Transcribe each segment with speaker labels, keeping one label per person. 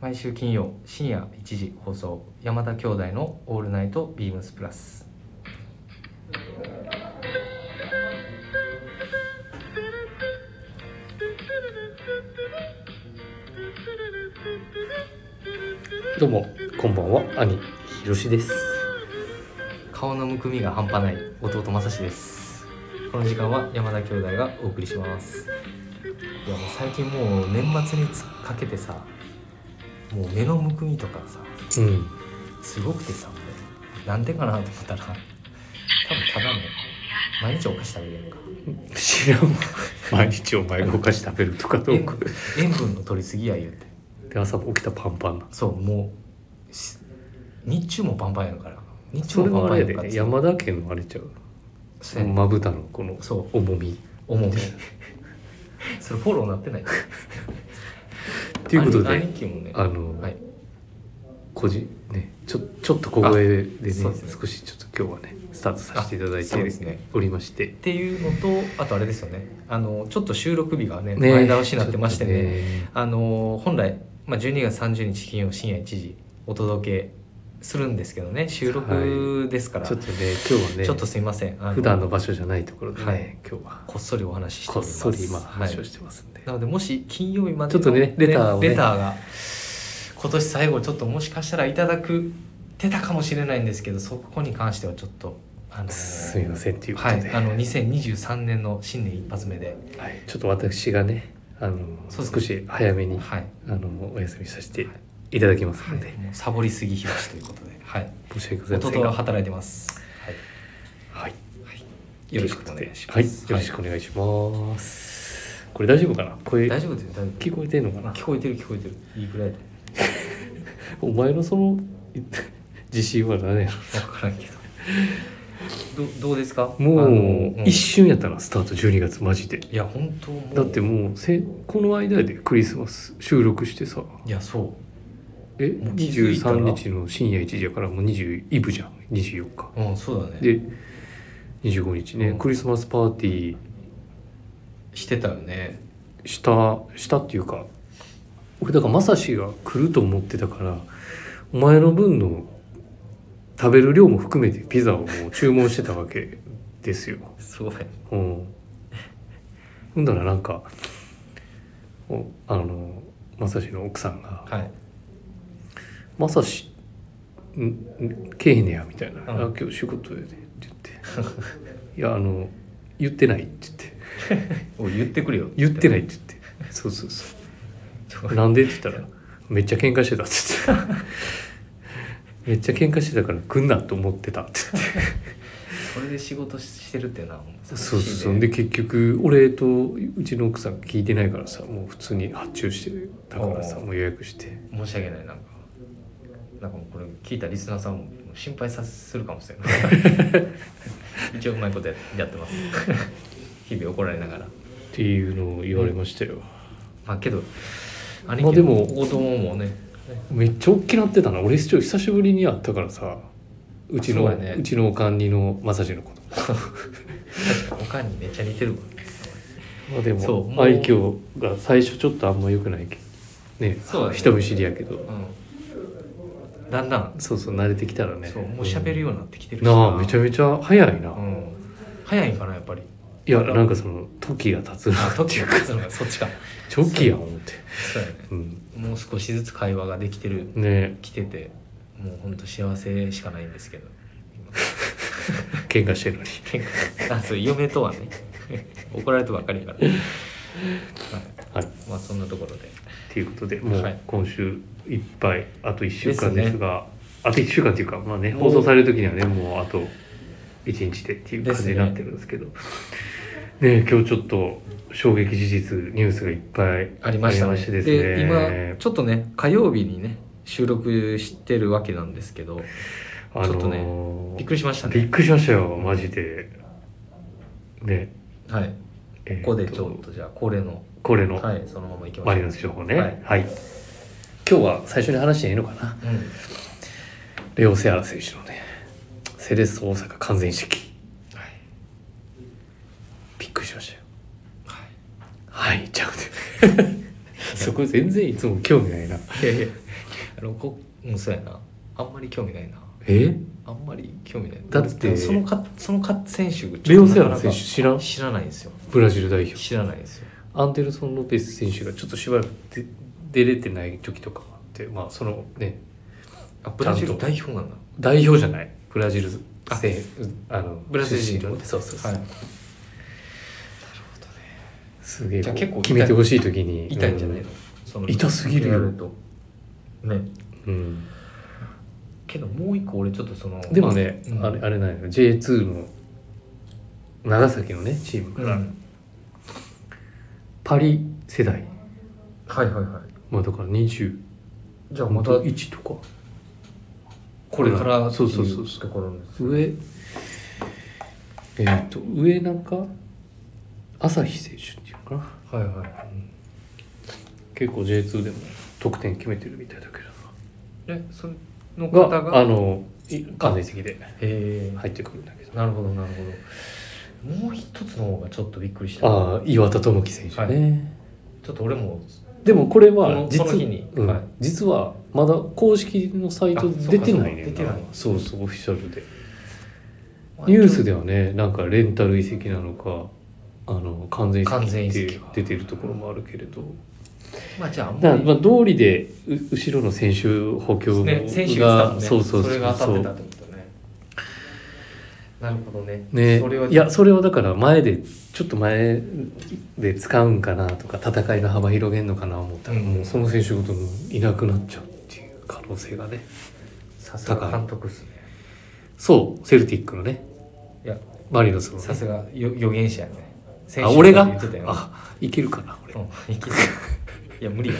Speaker 1: 毎週金曜深夜1時放送山田兄弟の「オールナイトビームスプラス」
Speaker 2: どうもこんばんは兄ひろしです
Speaker 1: 顔のむくみが半端ない弟まさしですこの時間は山田兄弟がお送りしますいやもう最近もう年末につかけてさもう目のむくみとかさ
Speaker 2: うん
Speaker 1: すごくてさもうなんでかなと思ったら多分ただの毎日お菓子食べるやんか
Speaker 2: 知らんわ毎日お前がお菓子食べるとかどうか
Speaker 1: 塩塩分の取りすぎや言うて
Speaker 2: で朝起きたパンパンな
Speaker 1: そうもうし日中もパンパンやんから日中
Speaker 2: それ
Speaker 1: も
Speaker 2: は
Speaker 1: パ
Speaker 2: あ
Speaker 1: ンパン
Speaker 2: れ
Speaker 1: や
Speaker 2: や
Speaker 1: んから
Speaker 2: で山田家のあれちゃう
Speaker 1: そうやね
Speaker 2: まぶたのこの
Speaker 1: そ
Speaker 2: 重み
Speaker 1: 重みそれフォローなってない
Speaker 2: ということ
Speaker 1: 兄
Speaker 2: で
Speaker 1: 兄貴もね
Speaker 2: あの、
Speaker 1: はい
Speaker 2: 個人ねちょちょっと小声でね
Speaker 1: そうですね
Speaker 2: 少しちょっと今日はねスタートさせていただい
Speaker 1: あそうです
Speaker 2: て
Speaker 1: ね
Speaker 2: おりまして
Speaker 1: っていうのとあとあれですよねあのちょっと収録日がね
Speaker 2: ね
Speaker 1: 前倒しになってましてね
Speaker 2: ちょっとね
Speaker 1: あの本来、まあ、12月30日金曜深夜1時お届けするんですけどね収録ですから、
Speaker 2: ちょっとね今日はね
Speaker 1: ちょっとすいませんあの
Speaker 2: 普段の場所じゃないところでね、
Speaker 1: はい
Speaker 2: 今日は
Speaker 1: こっそりお話ししてお
Speaker 2: こっ
Speaker 1: ります
Speaker 2: そり今話を
Speaker 1: はい
Speaker 2: してますんで、
Speaker 1: なのでもし金曜日まで
Speaker 2: ちょっとねレターをね
Speaker 1: レターが今年最後ちょっともしかしたらいただくてたかもしれないんですけどそこに関してはちょっとあの
Speaker 2: すみませんということ
Speaker 1: は
Speaker 2: で、
Speaker 1: いあの2023年の新年一発目で
Speaker 2: はいちょっと私がねあの
Speaker 1: そうです
Speaker 2: 少し早めに
Speaker 1: はい、
Speaker 2: あのお休みさせていただきます
Speaker 1: は
Speaker 2: の
Speaker 1: い
Speaker 2: で、
Speaker 1: もうサボりすぎ広しということではい
Speaker 2: 申し訳ございませ
Speaker 1: 弟
Speaker 2: ん
Speaker 1: が
Speaker 2: が、
Speaker 1: 働いてますはい
Speaker 2: はい、
Speaker 1: よろしくお願いします。
Speaker 2: はい、よろしくお願いします。これ大丈夫かな声
Speaker 1: 大丈夫ですよ。大丈夫
Speaker 2: 聞こえてんのかな
Speaker 1: 聞こえてる聞こえてる。いいぐらいだ。
Speaker 2: お前のその 自信は何や
Speaker 1: わからんけど。どどうですか？
Speaker 2: も
Speaker 1: あ
Speaker 2: う
Speaker 1: の、ん
Speaker 2: 一瞬やったなスタート12月マジで
Speaker 1: いや本当もう
Speaker 2: だってもうせこの間でクリスマス収録してさ
Speaker 1: いやそう
Speaker 2: え
Speaker 1: もう気づいたら
Speaker 2: 23日の深夜1時やからもう20イブじゃん24日
Speaker 1: うんそうだね。
Speaker 2: で25日ね、
Speaker 1: うん
Speaker 2: クリスマスパーティ
Speaker 1: してたよね。
Speaker 2: ーしたしたっていうか俺だからまさしが来ると思ってたからお前の分の食べる量も含めてピザをもう注文してた わけですよ。
Speaker 1: すごい。
Speaker 2: うん、ほんだらなんかおあのまさしの奥さんが
Speaker 1: はい。
Speaker 2: 「まさしんんけえへんねや」みたいな
Speaker 1: う
Speaker 2: 「
Speaker 1: ん
Speaker 2: あ今日仕事やで」って言って「いやあの言ってない」って言って
Speaker 1: おい言ってくれよ。
Speaker 2: 「言ってない」って言って「 そうそうそう」なんでって言ったら「めっちゃ喧嘩してた」って言って「めっちゃ喧嘩してたから来んなと思ってた」って言って
Speaker 1: それで仕事してるってな。
Speaker 2: そうそうそう
Speaker 1: で
Speaker 2: で結局俺とうちの奥さん聞いてないからさもう普通に発注してたからさ
Speaker 1: あー
Speaker 2: もう予約して
Speaker 1: 申し訳ないなんか。なんかもうこれ聞いたリスナーさんも心配さするかもしれない。 一応うまいことややってます。 日々怒られながら。
Speaker 2: っていうのを言われましたよ、
Speaker 1: まあけど兄
Speaker 2: まあ
Speaker 1: 貴
Speaker 2: で
Speaker 1: も
Speaker 2: も
Speaker 1: 子供もね
Speaker 2: めっちゃ大きなってたな俺市長久しぶりに会ったからさうちの
Speaker 1: そう
Speaker 2: う,、
Speaker 1: やね
Speaker 2: ちのおかんにのまさしのこと
Speaker 1: 確かにおかんにめっちゃ似てるもんね
Speaker 2: まあで
Speaker 1: そう
Speaker 2: も
Speaker 1: もう
Speaker 2: 愛嬌が最初ちょっとあんま良くないけね
Speaker 1: そうだね
Speaker 2: 人見知りやけど、
Speaker 1: うんだんだん、
Speaker 2: そうそう慣れてきたらね
Speaker 1: そうもう喋るようになってきてる
Speaker 2: なあめちゃめちゃ早い
Speaker 1: う
Speaker 2: な、い
Speaker 1: ん、早いんかなやっぱり
Speaker 2: やなんかその時が経つな
Speaker 1: あ時が経つのがそっちか
Speaker 2: チョキや思って
Speaker 1: そうやね
Speaker 2: うん
Speaker 1: もう少しずつ会話ができてる
Speaker 2: ね
Speaker 1: 来ててもうほんと幸せしかないんですけど
Speaker 2: 喧嘩してるのに
Speaker 1: 喧嘩あそう嫁とはね 怒られてばっかりや から、はい、
Speaker 2: はいっ
Speaker 1: まあそんなところで
Speaker 2: ていうことでも
Speaker 1: は
Speaker 2: う
Speaker 1: い
Speaker 2: 今週いっぱいあと1週間
Speaker 1: ですね
Speaker 2: ですがあと1週間っていうかまあね
Speaker 1: もう
Speaker 2: 放送される時にはねもうあと1日でっていう感じになってるんですけどね今日ちょっと衝撃事実ニュースがいっぱい
Speaker 1: ありました
Speaker 2: あ
Speaker 1: ね
Speaker 2: りましてですね
Speaker 1: で今ちょっとね火曜日にね収録してるわけなんですけど
Speaker 2: あの
Speaker 1: ちょっとね
Speaker 2: ー
Speaker 1: びっくりしました
Speaker 2: びっ
Speaker 1: ね
Speaker 2: くりしましたよマジでね
Speaker 1: はい
Speaker 2: えー
Speaker 1: ここでちょっとじゃあ恒例の
Speaker 2: これの
Speaker 1: はいそのままいきま
Speaker 2: マ
Speaker 1: し
Speaker 2: リ
Speaker 1: ょ
Speaker 2: ノ
Speaker 1: う
Speaker 2: ス情報ね
Speaker 1: はい
Speaker 2: はい、今日は最初に話していいのかな
Speaker 1: うん
Speaker 2: レオ・セアラ選手のねセレッソ大阪完全移籍
Speaker 1: はい
Speaker 2: びっくりしましたよ
Speaker 1: はい
Speaker 2: はいちゃうねそこ全然いつも興味ないない
Speaker 1: やいやあのこうんそうやなあんまり興味ないな
Speaker 2: え
Speaker 1: あんまり興味ない
Speaker 2: だって
Speaker 1: そのかそのか選手
Speaker 2: レオセアラ選手知らん
Speaker 1: 知らないんですよ
Speaker 2: ブラジル代表
Speaker 1: 知らないんですよ
Speaker 2: アンデルソン・ロペス選手がちょっとしばらくで出れてない時とかもあってまあそのね
Speaker 1: あブラジ
Speaker 2: ちゃん
Speaker 1: ル
Speaker 2: と
Speaker 1: 代表なんだ
Speaker 2: 代表じゃないブラジル
Speaker 1: あ
Speaker 2: せあの
Speaker 1: ブラジル人
Speaker 2: 出身のそうそうそう、
Speaker 1: はい
Speaker 2: すげえ
Speaker 1: じゃあ結構
Speaker 2: 決めてほしい時に
Speaker 1: 痛いんじゃないの、その
Speaker 2: 痛すぎるよ
Speaker 1: やるとね
Speaker 2: うん、
Speaker 1: けどもう一個俺ちょっとその
Speaker 2: でもね、
Speaker 1: うん
Speaker 2: あれあれなんよ J2 の長崎のねチーム
Speaker 1: う
Speaker 2: か
Speaker 1: ん
Speaker 2: ら、パリ世代
Speaker 1: はいはいはい
Speaker 2: まあだから20
Speaker 1: じゃあ
Speaker 2: ほ
Speaker 1: ま
Speaker 2: ん
Speaker 1: た
Speaker 2: と1とか
Speaker 1: これから
Speaker 2: そうそうそう
Speaker 1: っていところなんです
Speaker 2: 上えっ、と上中朝日選手っていうのかな
Speaker 1: はいはい
Speaker 2: 結構 J2 でも得点決めてるみたいだけ
Speaker 1: えその
Speaker 2: ど
Speaker 1: 方
Speaker 2: な
Speaker 1: が
Speaker 2: があのい関西席で
Speaker 1: え
Speaker 2: 入ってくるんだけど
Speaker 1: なるほどなるほどもう一つの方がちょっとびっくりした
Speaker 2: ああ岩田智樹選手ね、
Speaker 1: ちょっと俺も
Speaker 2: でもこれ
Speaker 1: こ
Speaker 2: は
Speaker 1: の
Speaker 2: 実
Speaker 1: この日に
Speaker 2: うん
Speaker 1: はい
Speaker 2: 実はまだ公式のサイト出てないねん
Speaker 1: あそうかそうか出てない
Speaker 2: そうそうオフィシャルでニュースではねなんかレンタル移籍なのかあの完全移
Speaker 1: 完全移
Speaker 2: 籍っ
Speaker 1: 籍
Speaker 2: て出てるところもあるけれど
Speaker 1: まあじゃああんま
Speaker 2: だから
Speaker 1: り
Speaker 2: まあ道理でう後ろの選手補強が、
Speaker 1: ね選手が言ってたもんね
Speaker 2: そうそうそう
Speaker 1: れが当たってた
Speaker 2: う
Speaker 1: ってことねなるほどね
Speaker 2: ね
Speaker 1: それはい
Speaker 2: やそれをだから前でちょっと前で使うんかなとか戦いの幅広げんのかな思ったら、
Speaker 1: うん
Speaker 2: もうその選手ごともいなくなっちゃうっていう可能性がね
Speaker 1: さすが監督っすね
Speaker 2: そうセルティックのね
Speaker 1: いや
Speaker 2: マリノスの、
Speaker 1: さ
Speaker 2: ね、
Speaker 1: すがよ予言者やね選
Speaker 2: あ
Speaker 1: 手
Speaker 2: 俺
Speaker 1: だ
Speaker 2: が
Speaker 1: って言ってたよ
Speaker 2: あいけるかな俺、
Speaker 1: うんいけるいや無理や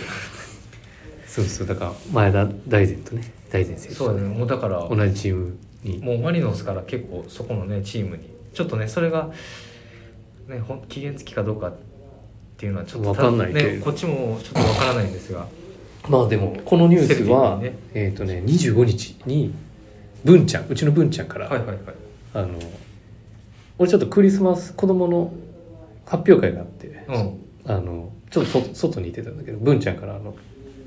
Speaker 2: そうそうだから前田大然とね大然選手
Speaker 1: そうだねもうだからも
Speaker 2: 同じチームに
Speaker 1: うマリノスから結構そこのねチームにちょっとねそれがねほん期限付きかどうかっていうのはちょっと
Speaker 2: わかんないけど
Speaker 1: ねこっちもちょっとわからないんですが
Speaker 2: まあでもこのニュースは、
Speaker 1: セルティック
Speaker 2: えっ、とね25日に文ちゃんうちの文ちゃんから、
Speaker 1: はいはいはい
Speaker 2: あの俺ちょっとクリスマス子供の発表会があって、
Speaker 1: うん
Speaker 2: あのちょっと外外にいてたんだけど文ちゃんからあの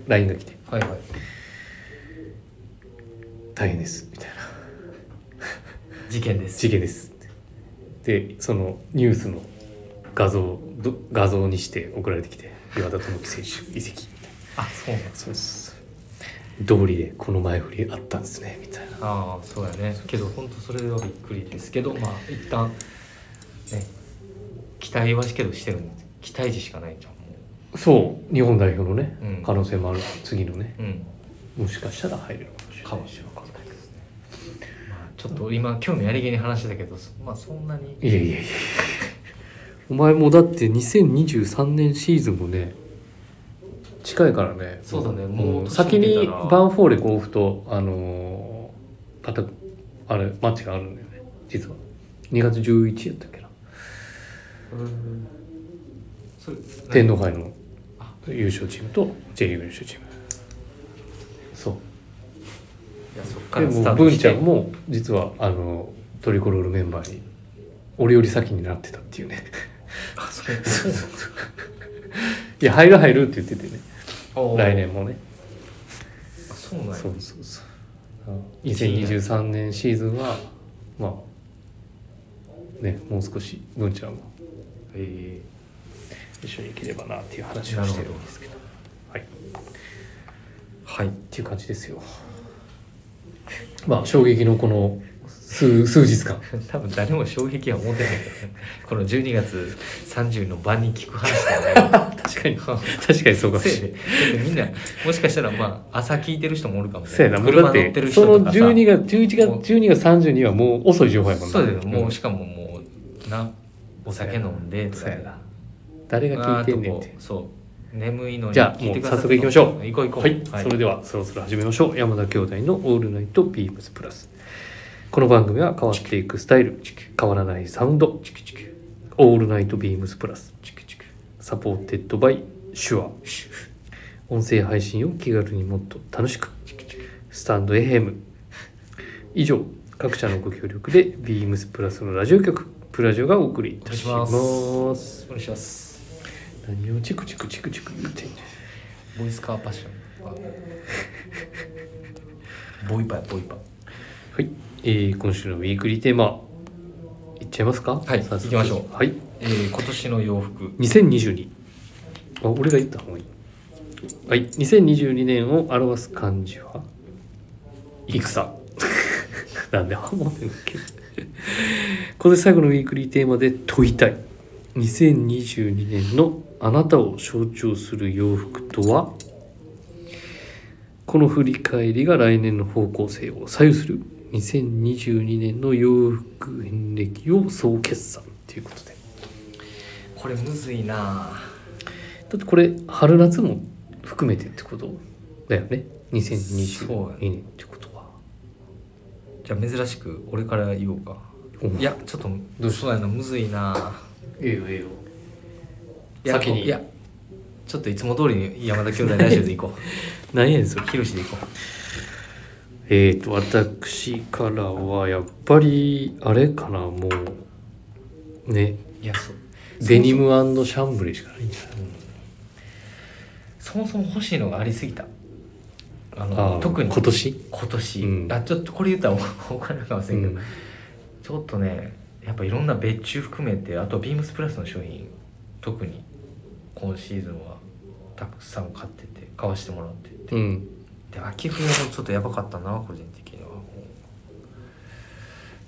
Speaker 2: LINE が来て
Speaker 1: はいはい
Speaker 2: 「大変です」みたいな
Speaker 1: 事件で
Speaker 2: 「
Speaker 1: す
Speaker 2: 事件です」ってでそのニュースの画像ど画像にして送られてきて「岩田智樹選手移籍」みたい
Speaker 1: あそうなん
Speaker 2: なそうです道理でこの前振りあったんですねみたいな
Speaker 1: ああそうやねけど本当それはびっくりですけどまあ一旦ね期待はしけどしてるんです期待値しかないじゃんも
Speaker 2: そう日本代表のね、
Speaker 1: うん
Speaker 2: 可能性もある次のね
Speaker 1: ううん
Speaker 2: もしかしたら入れるかもしれない
Speaker 1: かもしれないですね、まあ、ちょっと今今日のやりげに話してたけどそまあそんなに
Speaker 2: いやいやいやお前もだって2023年シーズンもね近いからね
Speaker 1: そうだねも
Speaker 2: も
Speaker 1: う
Speaker 2: う先に
Speaker 1: 年も出たら
Speaker 2: バンフォーレ甲府とあのーパタあれマッチがあるんだよね実は2月11やったっけな
Speaker 1: うんそれ
Speaker 2: 天皇杯の
Speaker 1: あ
Speaker 2: 優勝チームと J リーグ優勝チームそう
Speaker 1: いやそっか
Speaker 2: で
Speaker 1: らスタ
Speaker 2: も
Speaker 1: ート
Speaker 2: 文
Speaker 1: し
Speaker 2: ち
Speaker 1: て
Speaker 2: ゃんも実はあのトリコロールメンバーに俺より先になってたっていうね
Speaker 1: あそうそうそう
Speaker 2: いや入る入るって言っててね
Speaker 1: おー
Speaker 2: 来年もね
Speaker 1: あそうなんや
Speaker 2: そうそうそう2023年シーズンはまあねもう少し文ちゃんも
Speaker 1: え
Speaker 2: 一緒に行ければなっていう話をしてるんですけどはいっ
Speaker 1: はい
Speaker 2: ていう感じですよまあ衝撃のこの数数日間
Speaker 1: 多分誰も衝撃は思ってないけどねこの12月30の晩に聞く話だよね
Speaker 2: 確かに確かに そうかも
Speaker 1: せ
Speaker 2: し
Speaker 1: いでだ
Speaker 2: れない
Speaker 1: ってみんなもしかしたらまあ朝聞いてる人もおるかも
Speaker 2: そうやなもう
Speaker 1: 車
Speaker 2: だっ
Speaker 1: 乗って
Speaker 2: て
Speaker 1: る
Speaker 2: そ
Speaker 1: 人と
Speaker 2: の
Speaker 1: かさ
Speaker 2: 12月11月12月30にはもう遅い情報やもんな
Speaker 1: そうだよも
Speaker 2: ん
Speaker 1: うしかももうなお酒飲んでと
Speaker 2: そう
Speaker 1: か
Speaker 2: やな誰が聞いてんねんっ
Speaker 1: わ
Speaker 2: て
Speaker 1: ーっとこうそう眠いのに
Speaker 2: じゃあ
Speaker 1: 聞いてくださ
Speaker 2: もう早速行きましょう
Speaker 1: 行こう行こう
Speaker 2: はい、それではそろそろ始めましょう山田兄弟の「オールナイトビームスプラス」この番組は変わっていくスタイル変わらないサウンド
Speaker 1: チクチク
Speaker 2: オールナイトビームスプラス
Speaker 1: チクチク
Speaker 2: サポーテッドバイ手話
Speaker 1: シュッ
Speaker 2: 音声配信を気軽にもっと楽しく
Speaker 1: チクチク
Speaker 2: スタンド FM 以上各社のご協力でビームスプラスのラジオ局プラジオがお送りいたします
Speaker 1: お願いします
Speaker 2: 何をチクチクチクチク言ってんねん
Speaker 1: ボイスカーパッションとかボイパやボイパ
Speaker 2: はい、えー今週のウィークリーテーマいっちゃいますか
Speaker 1: はい
Speaker 2: 早速
Speaker 1: 行きましょう
Speaker 2: はい
Speaker 1: えー、今年の洋服
Speaker 2: 2022あ俺が言った方がいいはい2022年を表す漢字は戦 なんでハモってんのっけここで最後のウィークリーテーマで問いたい2022年のあなたを象徴する洋服とはこの振り返りが来年の方向性を左右する2022年の洋服遍歴を総決算ということで
Speaker 1: これむずいなあ
Speaker 2: だってこれ春夏も含めてってことだよね
Speaker 1: そうや
Speaker 2: 2022
Speaker 1: ね
Speaker 2: 年ってことは
Speaker 1: じゃあ珍しく俺から言おうかい
Speaker 2: いや
Speaker 1: やちょっとどうそうやなむずいなあ
Speaker 2: ええよええよ
Speaker 1: いや
Speaker 2: 先に
Speaker 1: いやちょっといつも通りに山田兄弟ラジオで行こ
Speaker 2: 何やねんそれ
Speaker 1: うヒロシで行こ
Speaker 2: えー、と私からはやっぱりあれかなもうね
Speaker 1: ういやそう
Speaker 2: デニムシャンブレーしかないんじゃない
Speaker 1: そもそも欲しいのがありすぎたあの
Speaker 2: あー
Speaker 1: 特に
Speaker 2: 今年
Speaker 1: 今年、
Speaker 2: うん
Speaker 1: あちょっとこれ言ったらお 怒られるかもしれんけど、
Speaker 2: うん
Speaker 1: ちょっとねやっぱいろんな別注含めてあとビームスプラスの商品特に今シーズンはたくさん買ってて買わしてもらってて、
Speaker 2: うん
Speaker 1: で秋冬もちょっとやばかったな個人的にはも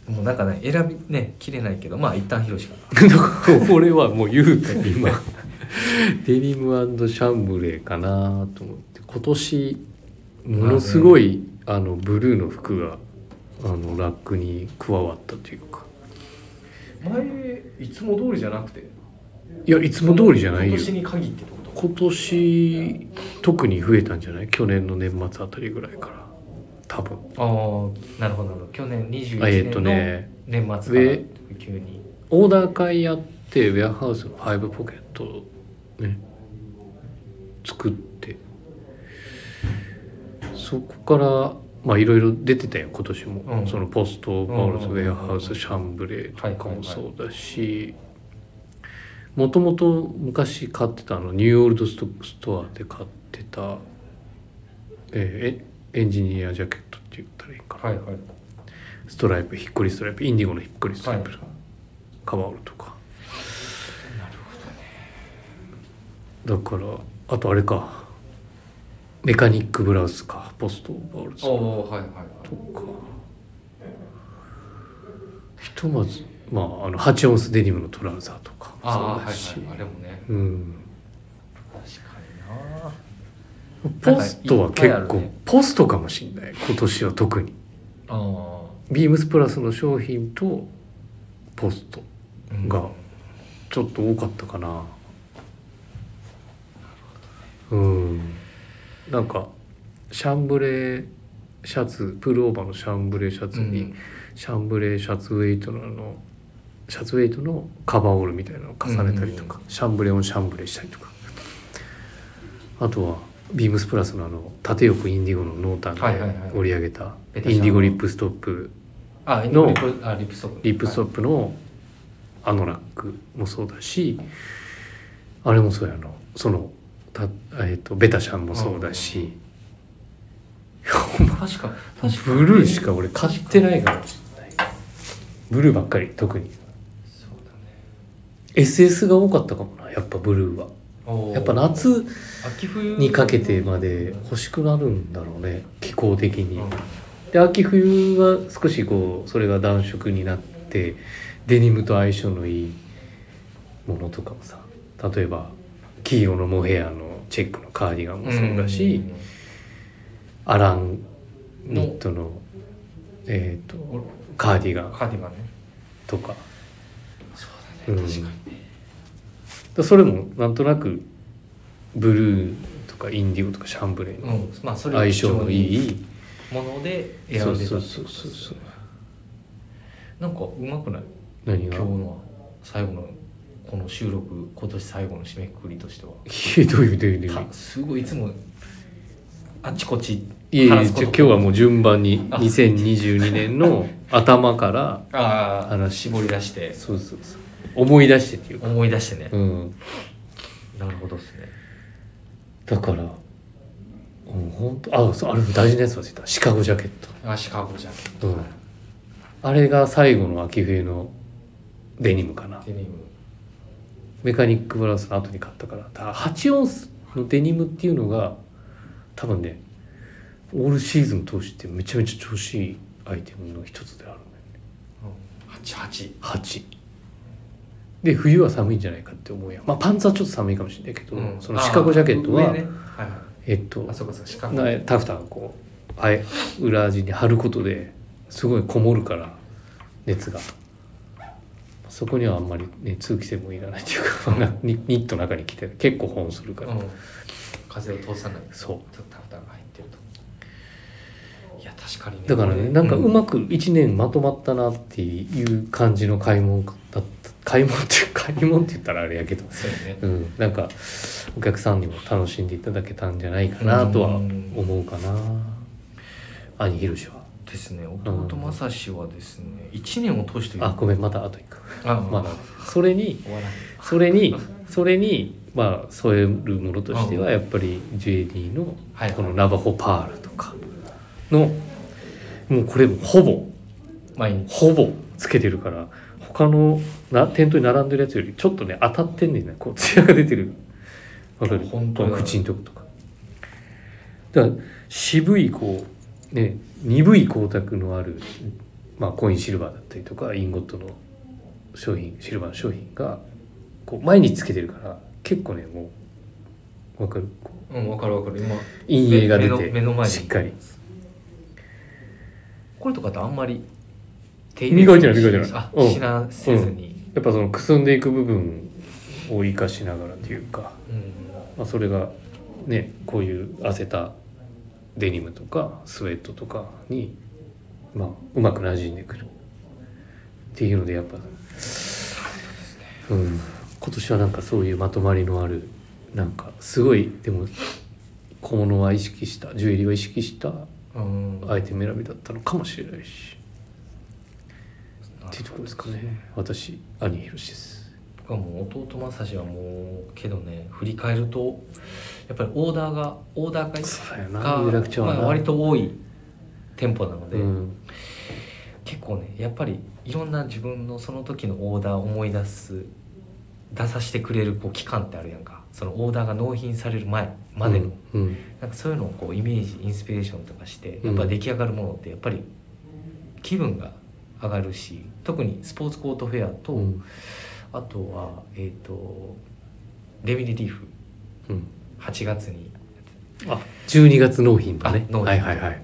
Speaker 1: うもうなんかね選びねきれないけどまあ一旦ヒロシかな
Speaker 2: 俺はもう言うた今 デニムシャンブレーかなと思って今年ものすごいあのブルーの服があのラックに加わったというか
Speaker 1: 前いつも通りじゃなくてい
Speaker 2: いやいつも通りじゃないよ
Speaker 1: に限ってってこと
Speaker 2: 今年特に増えたんじゃない去年の年末あたりぐらいから多分
Speaker 1: ああなるほどなるほど去年
Speaker 2: あえっ、
Speaker 1: 21
Speaker 2: と
Speaker 1: 年
Speaker 2: ね
Speaker 1: の年末
Speaker 2: 上
Speaker 1: から急に
Speaker 2: オーダー会やってウェアハウスの5ポケットね作ってそこからまあいろいろ出てたよ今年も、
Speaker 1: うん
Speaker 2: そのポストパウロスウ
Speaker 1: うんうんうんうん
Speaker 2: ェアハウスシャンブレーとか
Speaker 1: はいはいは
Speaker 2: も
Speaker 1: い
Speaker 2: そうだしもともと昔買ってたあのニューオールドストックストアで買ってた、えーエエンジニアジャケットって言ったらいいかな、
Speaker 1: はいはい
Speaker 2: ストライプひっくりストライプインディゴのひっくりストライプ、
Speaker 1: はい
Speaker 2: カバーオールとかなるほどねだからあとあれかメカニックブラウスかポストバウルスと
Speaker 1: おはいはいはい
Speaker 2: かひとまずまああの8オンスデニムのトラウザーとか
Speaker 1: ああはい
Speaker 2: だし
Speaker 1: はいあれもね
Speaker 2: うん
Speaker 1: 確かにな
Speaker 2: ポストは結
Speaker 1: なんかいっぱいある
Speaker 2: 構、
Speaker 1: ね
Speaker 2: ポストかもしんない今年は特に
Speaker 1: あ
Speaker 2: ビームスプラスの商品とポスト
Speaker 1: あうん
Speaker 2: がちょっと多かったかな。うん。なんかシャンブレーシャツプルオーバーのシャンブレーシャツ
Speaker 1: うん
Speaker 2: に、シャンブレーシャツウェイトのあのシャツウェイトのカバーオールみたいなのを重ねたりとか、シャンブレーオンシャンブレーしたりとかあとはビームスプラスのあの縦横インディゴの濃淡
Speaker 1: はいはいはい
Speaker 2: で織り上げた
Speaker 1: ベタシャン
Speaker 2: インディゴリップストップ
Speaker 1: あ
Speaker 2: の
Speaker 1: リップあリップストップ
Speaker 2: リップストップのあのラックもそうだし、あれもそうやなそのた、えっとベタシャンもそうだし、
Speaker 1: はい確か確か
Speaker 2: ブルーしか俺買ってないからブルーばっかり特に
Speaker 1: そうだね
Speaker 2: SS が多かったかもなやっぱブルーは
Speaker 1: おー
Speaker 2: やっぱ夏
Speaker 1: 秋冬
Speaker 2: にかけてまで欲しくなるんだろうね気候的
Speaker 1: う
Speaker 2: に、
Speaker 1: ん
Speaker 2: で秋冬は少しこうそれが暖色になってデニムと相性のいいものとかもさ例えば黄色のモヘアのチェックのカーディガンもそうだし、
Speaker 1: うん
Speaker 2: アランニットの、えー、
Speaker 1: お
Speaker 2: とカーディガン
Speaker 1: カーディガンね
Speaker 2: とか,、、
Speaker 1: そううんだね確か
Speaker 2: だそれもなんとなくブルーとかインディゴとかシャンブレー
Speaker 1: にう
Speaker 2: の
Speaker 1: んまあそれ
Speaker 2: 相性のい
Speaker 1: い
Speaker 2: い、
Speaker 1: もので選
Speaker 2: そ
Speaker 1: ん
Speaker 2: う
Speaker 1: でた
Speaker 2: そうそうそうそう
Speaker 1: なんかうまくない
Speaker 2: 何
Speaker 1: 今
Speaker 2: が
Speaker 1: 日の最後のこの収録今年最後の締めくくりとしては
Speaker 2: ひ どいどいどいどい
Speaker 1: たすごいいつもあちこち
Speaker 2: いえいえ
Speaker 1: 話すこ
Speaker 2: じ
Speaker 1: と
Speaker 2: ゃあ今日はもう順番に
Speaker 1: あ
Speaker 2: 2022年の頭から
Speaker 1: ああ
Speaker 2: 話
Speaker 1: 絞り出して
Speaker 2: そうそうそう思い出してっていうか、
Speaker 1: 思い出してね
Speaker 2: う、ん、
Speaker 1: なるほどですね
Speaker 2: だから本当あそうあれ大事なやつ忘れたシカゴジャケッ
Speaker 1: あシカゴじゃん
Speaker 2: ト、うん、あれが最後の秋冬のデニムかな
Speaker 1: デニム
Speaker 2: メカニックブラウスの後に買ったからだから8オンスのデニムっていうのが多分ねオールシーズン通してめちゃめちゃ調子いいアイテムの一つであるんだよね
Speaker 1: 88
Speaker 2: 8で冬は寒いんじゃないかって思うやんまあパンツはちょっと寒いかもしれないけど、そのシカゴジャケット
Speaker 1: あ
Speaker 2: は、
Speaker 1: 上ねはいはい
Speaker 2: えっと
Speaker 1: あそうかそうかシカゴ
Speaker 2: なタフターがこうあえ裏地に貼ることですごいこもるから熱がそこにはあんまり、ね、通気性もいらないっていうか なニニットの中に着て結構保温するから、
Speaker 1: うん、風を通さない
Speaker 2: そう
Speaker 1: ちょっとタフターが入ってるといや確かにね
Speaker 2: だから
Speaker 1: こ
Speaker 2: ね
Speaker 1: れ
Speaker 2: なんかう
Speaker 1: うん
Speaker 2: まく1年まとまったなっていう感じの買い物だった買い物って買い物って言ったらあれやけど、
Speaker 1: そうよね
Speaker 2: うん、なんかお客さんにも楽しんでいただけたんじゃないかなとは思うかな兄ひろしは
Speaker 1: ですね弟正志はですね一年を通して
Speaker 2: あごめんまたあと1個
Speaker 1: あ
Speaker 2: まあ、それに
Speaker 1: 終わらない
Speaker 2: それにそれにまあ添えるものとしてはやっぱりジュエリーの
Speaker 1: はいはい
Speaker 2: このラバホパールとかのもうこれほぼ
Speaker 1: 毎日
Speaker 2: ほぼつけてるから他のな店頭に並んでるやつよりちょっとね当たってんねんねこう艶が出てるわかる
Speaker 1: 本当だ
Speaker 2: 口のとことかだから渋いこうね鈍い光沢のある、まあ、コインシルバーだったりとかインゴットの商品シルバーの商品がこう前につけてるから結構ねもうわかるこう
Speaker 1: うんわかるわかる今
Speaker 2: 陰影が出
Speaker 1: 目の目の
Speaker 2: て
Speaker 1: 前に
Speaker 2: しっかり
Speaker 1: これとかってあんまり手
Speaker 2: 磨いてない磨いてない
Speaker 1: あ
Speaker 2: うん
Speaker 1: しなせずに
Speaker 2: やっぱそのくすんでいく部分を生かしながらというか。
Speaker 1: うん
Speaker 2: まあ、それがねこういう痩せたデニムとかスウェットとかに、まあ、うまく馴染んでくるっていうのでやっぱ、うん、今年はなんかそういうまとまりのあるなんかすごいでも小物は意識したジュエリーは意識した
Speaker 1: うん
Speaker 2: アイテム選びだったのかもしれないしっていうところですかね私兄ひろしです。
Speaker 1: 僕はもう弟正志はもうけどね振り返るとやっぱりオーダーがオーダー会
Speaker 2: そうやな有楽町
Speaker 1: が、
Speaker 2: はな、
Speaker 1: まあ、割と多い店舗なので、
Speaker 2: うん
Speaker 1: 結構ねやっぱりいろんな自分のその時のオーダーを思い出す出させてくれるこう期間ってあるやんかそのオーダーが納品される前までの、
Speaker 2: うんうん
Speaker 1: なんかそういうのをこうイメージインスピレーションとかして
Speaker 2: うん
Speaker 1: やっぱ出来上がるものってやっぱり気分が上がるし特にスポーツコートフェアと、
Speaker 2: うん
Speaker 1: あとはえっ、とレミリリーフ
Speaker 2: うん
Speaker 1: 8月に
Speaker 2: あ12月納品だね
Speaker 1: あ納
Speaker 2: はい
Speaker 1: 品
Speaker 2: はいはい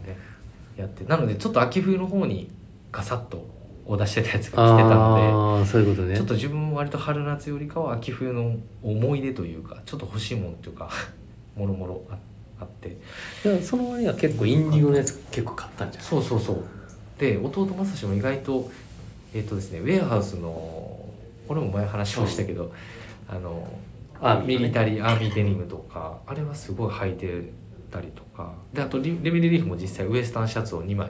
Speaker 1: やってなのでちょっと秋冬の方にガサッとオーダーしてたやつが来てたの
Speaker 2: ああーそういうこと
Speaker 1: で、
Speaker 2: ね
Speaker 1: ちょっと自分も割と春夏よりかは秋冬の思い出というかちょっと欲しいものというか もろもろああって
Speaker 2: いやその割には結構インディゴのやつ結構買ったんじゃない
Speaker 1: そうそうそうで弟正志も意外とえっ、とですねウェアハウスのこれも前話しましたけど、あの
Speaker 2: あ
Speaker 1: ミリタリーアーミーデニムとかあれはすごい履いてたりとかであとリレミリリーフも実際ウエスタンシャツを2枚、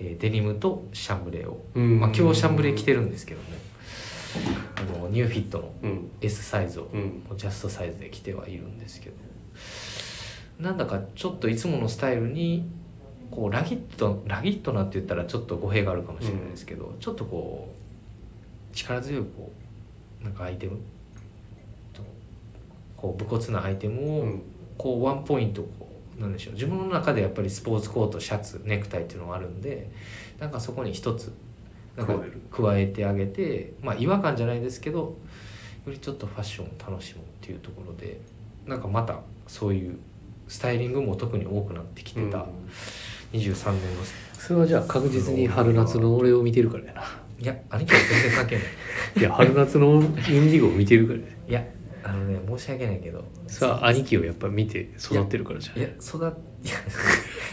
Speaker 1: えーデニムとシャンブレーを、
Speaker 2: うん
Speaker 1: まあ、今日シャンブレー着てるんですけどねあのニューフィットの
Speaker 2: うん、
Speaker 1: S サイズを
Speaker 2: うん、
Speaker 1: ジャストサイズで着てはいるんですけどなんだかちょっといつものスタイルにこうラギットラギットなって言ったらちょっと語弊があるかもしれないですけど、ちょっとこう力強いこうなんかアイテムこう武骨なアイテムをこうワンポイントこうなんでしょう自分の中でやっぱりスポーツコートシャツネクタイっていうのがあるんでなんかそこに一つなんか
Speaker 2: 加える
Speaker 1: 加えてあげてまあ違和感じゃないですけどよりちょっとファッションを楽しむっていうところでなんかまたそういうスタイリングも特に多くなってきてた23年の、
Speaker 2: それはじゃあ確実に春夏の俺を見てるからやない
Speaker 1: や兄貴は全然関 係ない
Speaker 2: いや春夏のインディゴを見てるから や
Speaker 1: いやあのね申し訳ないけど
Speaker 2: それは兄貴をやっぱ見て育ってるからじゃ
Speaker 1: い
Speaker 2: ん
Speaker 1: や育っいや だか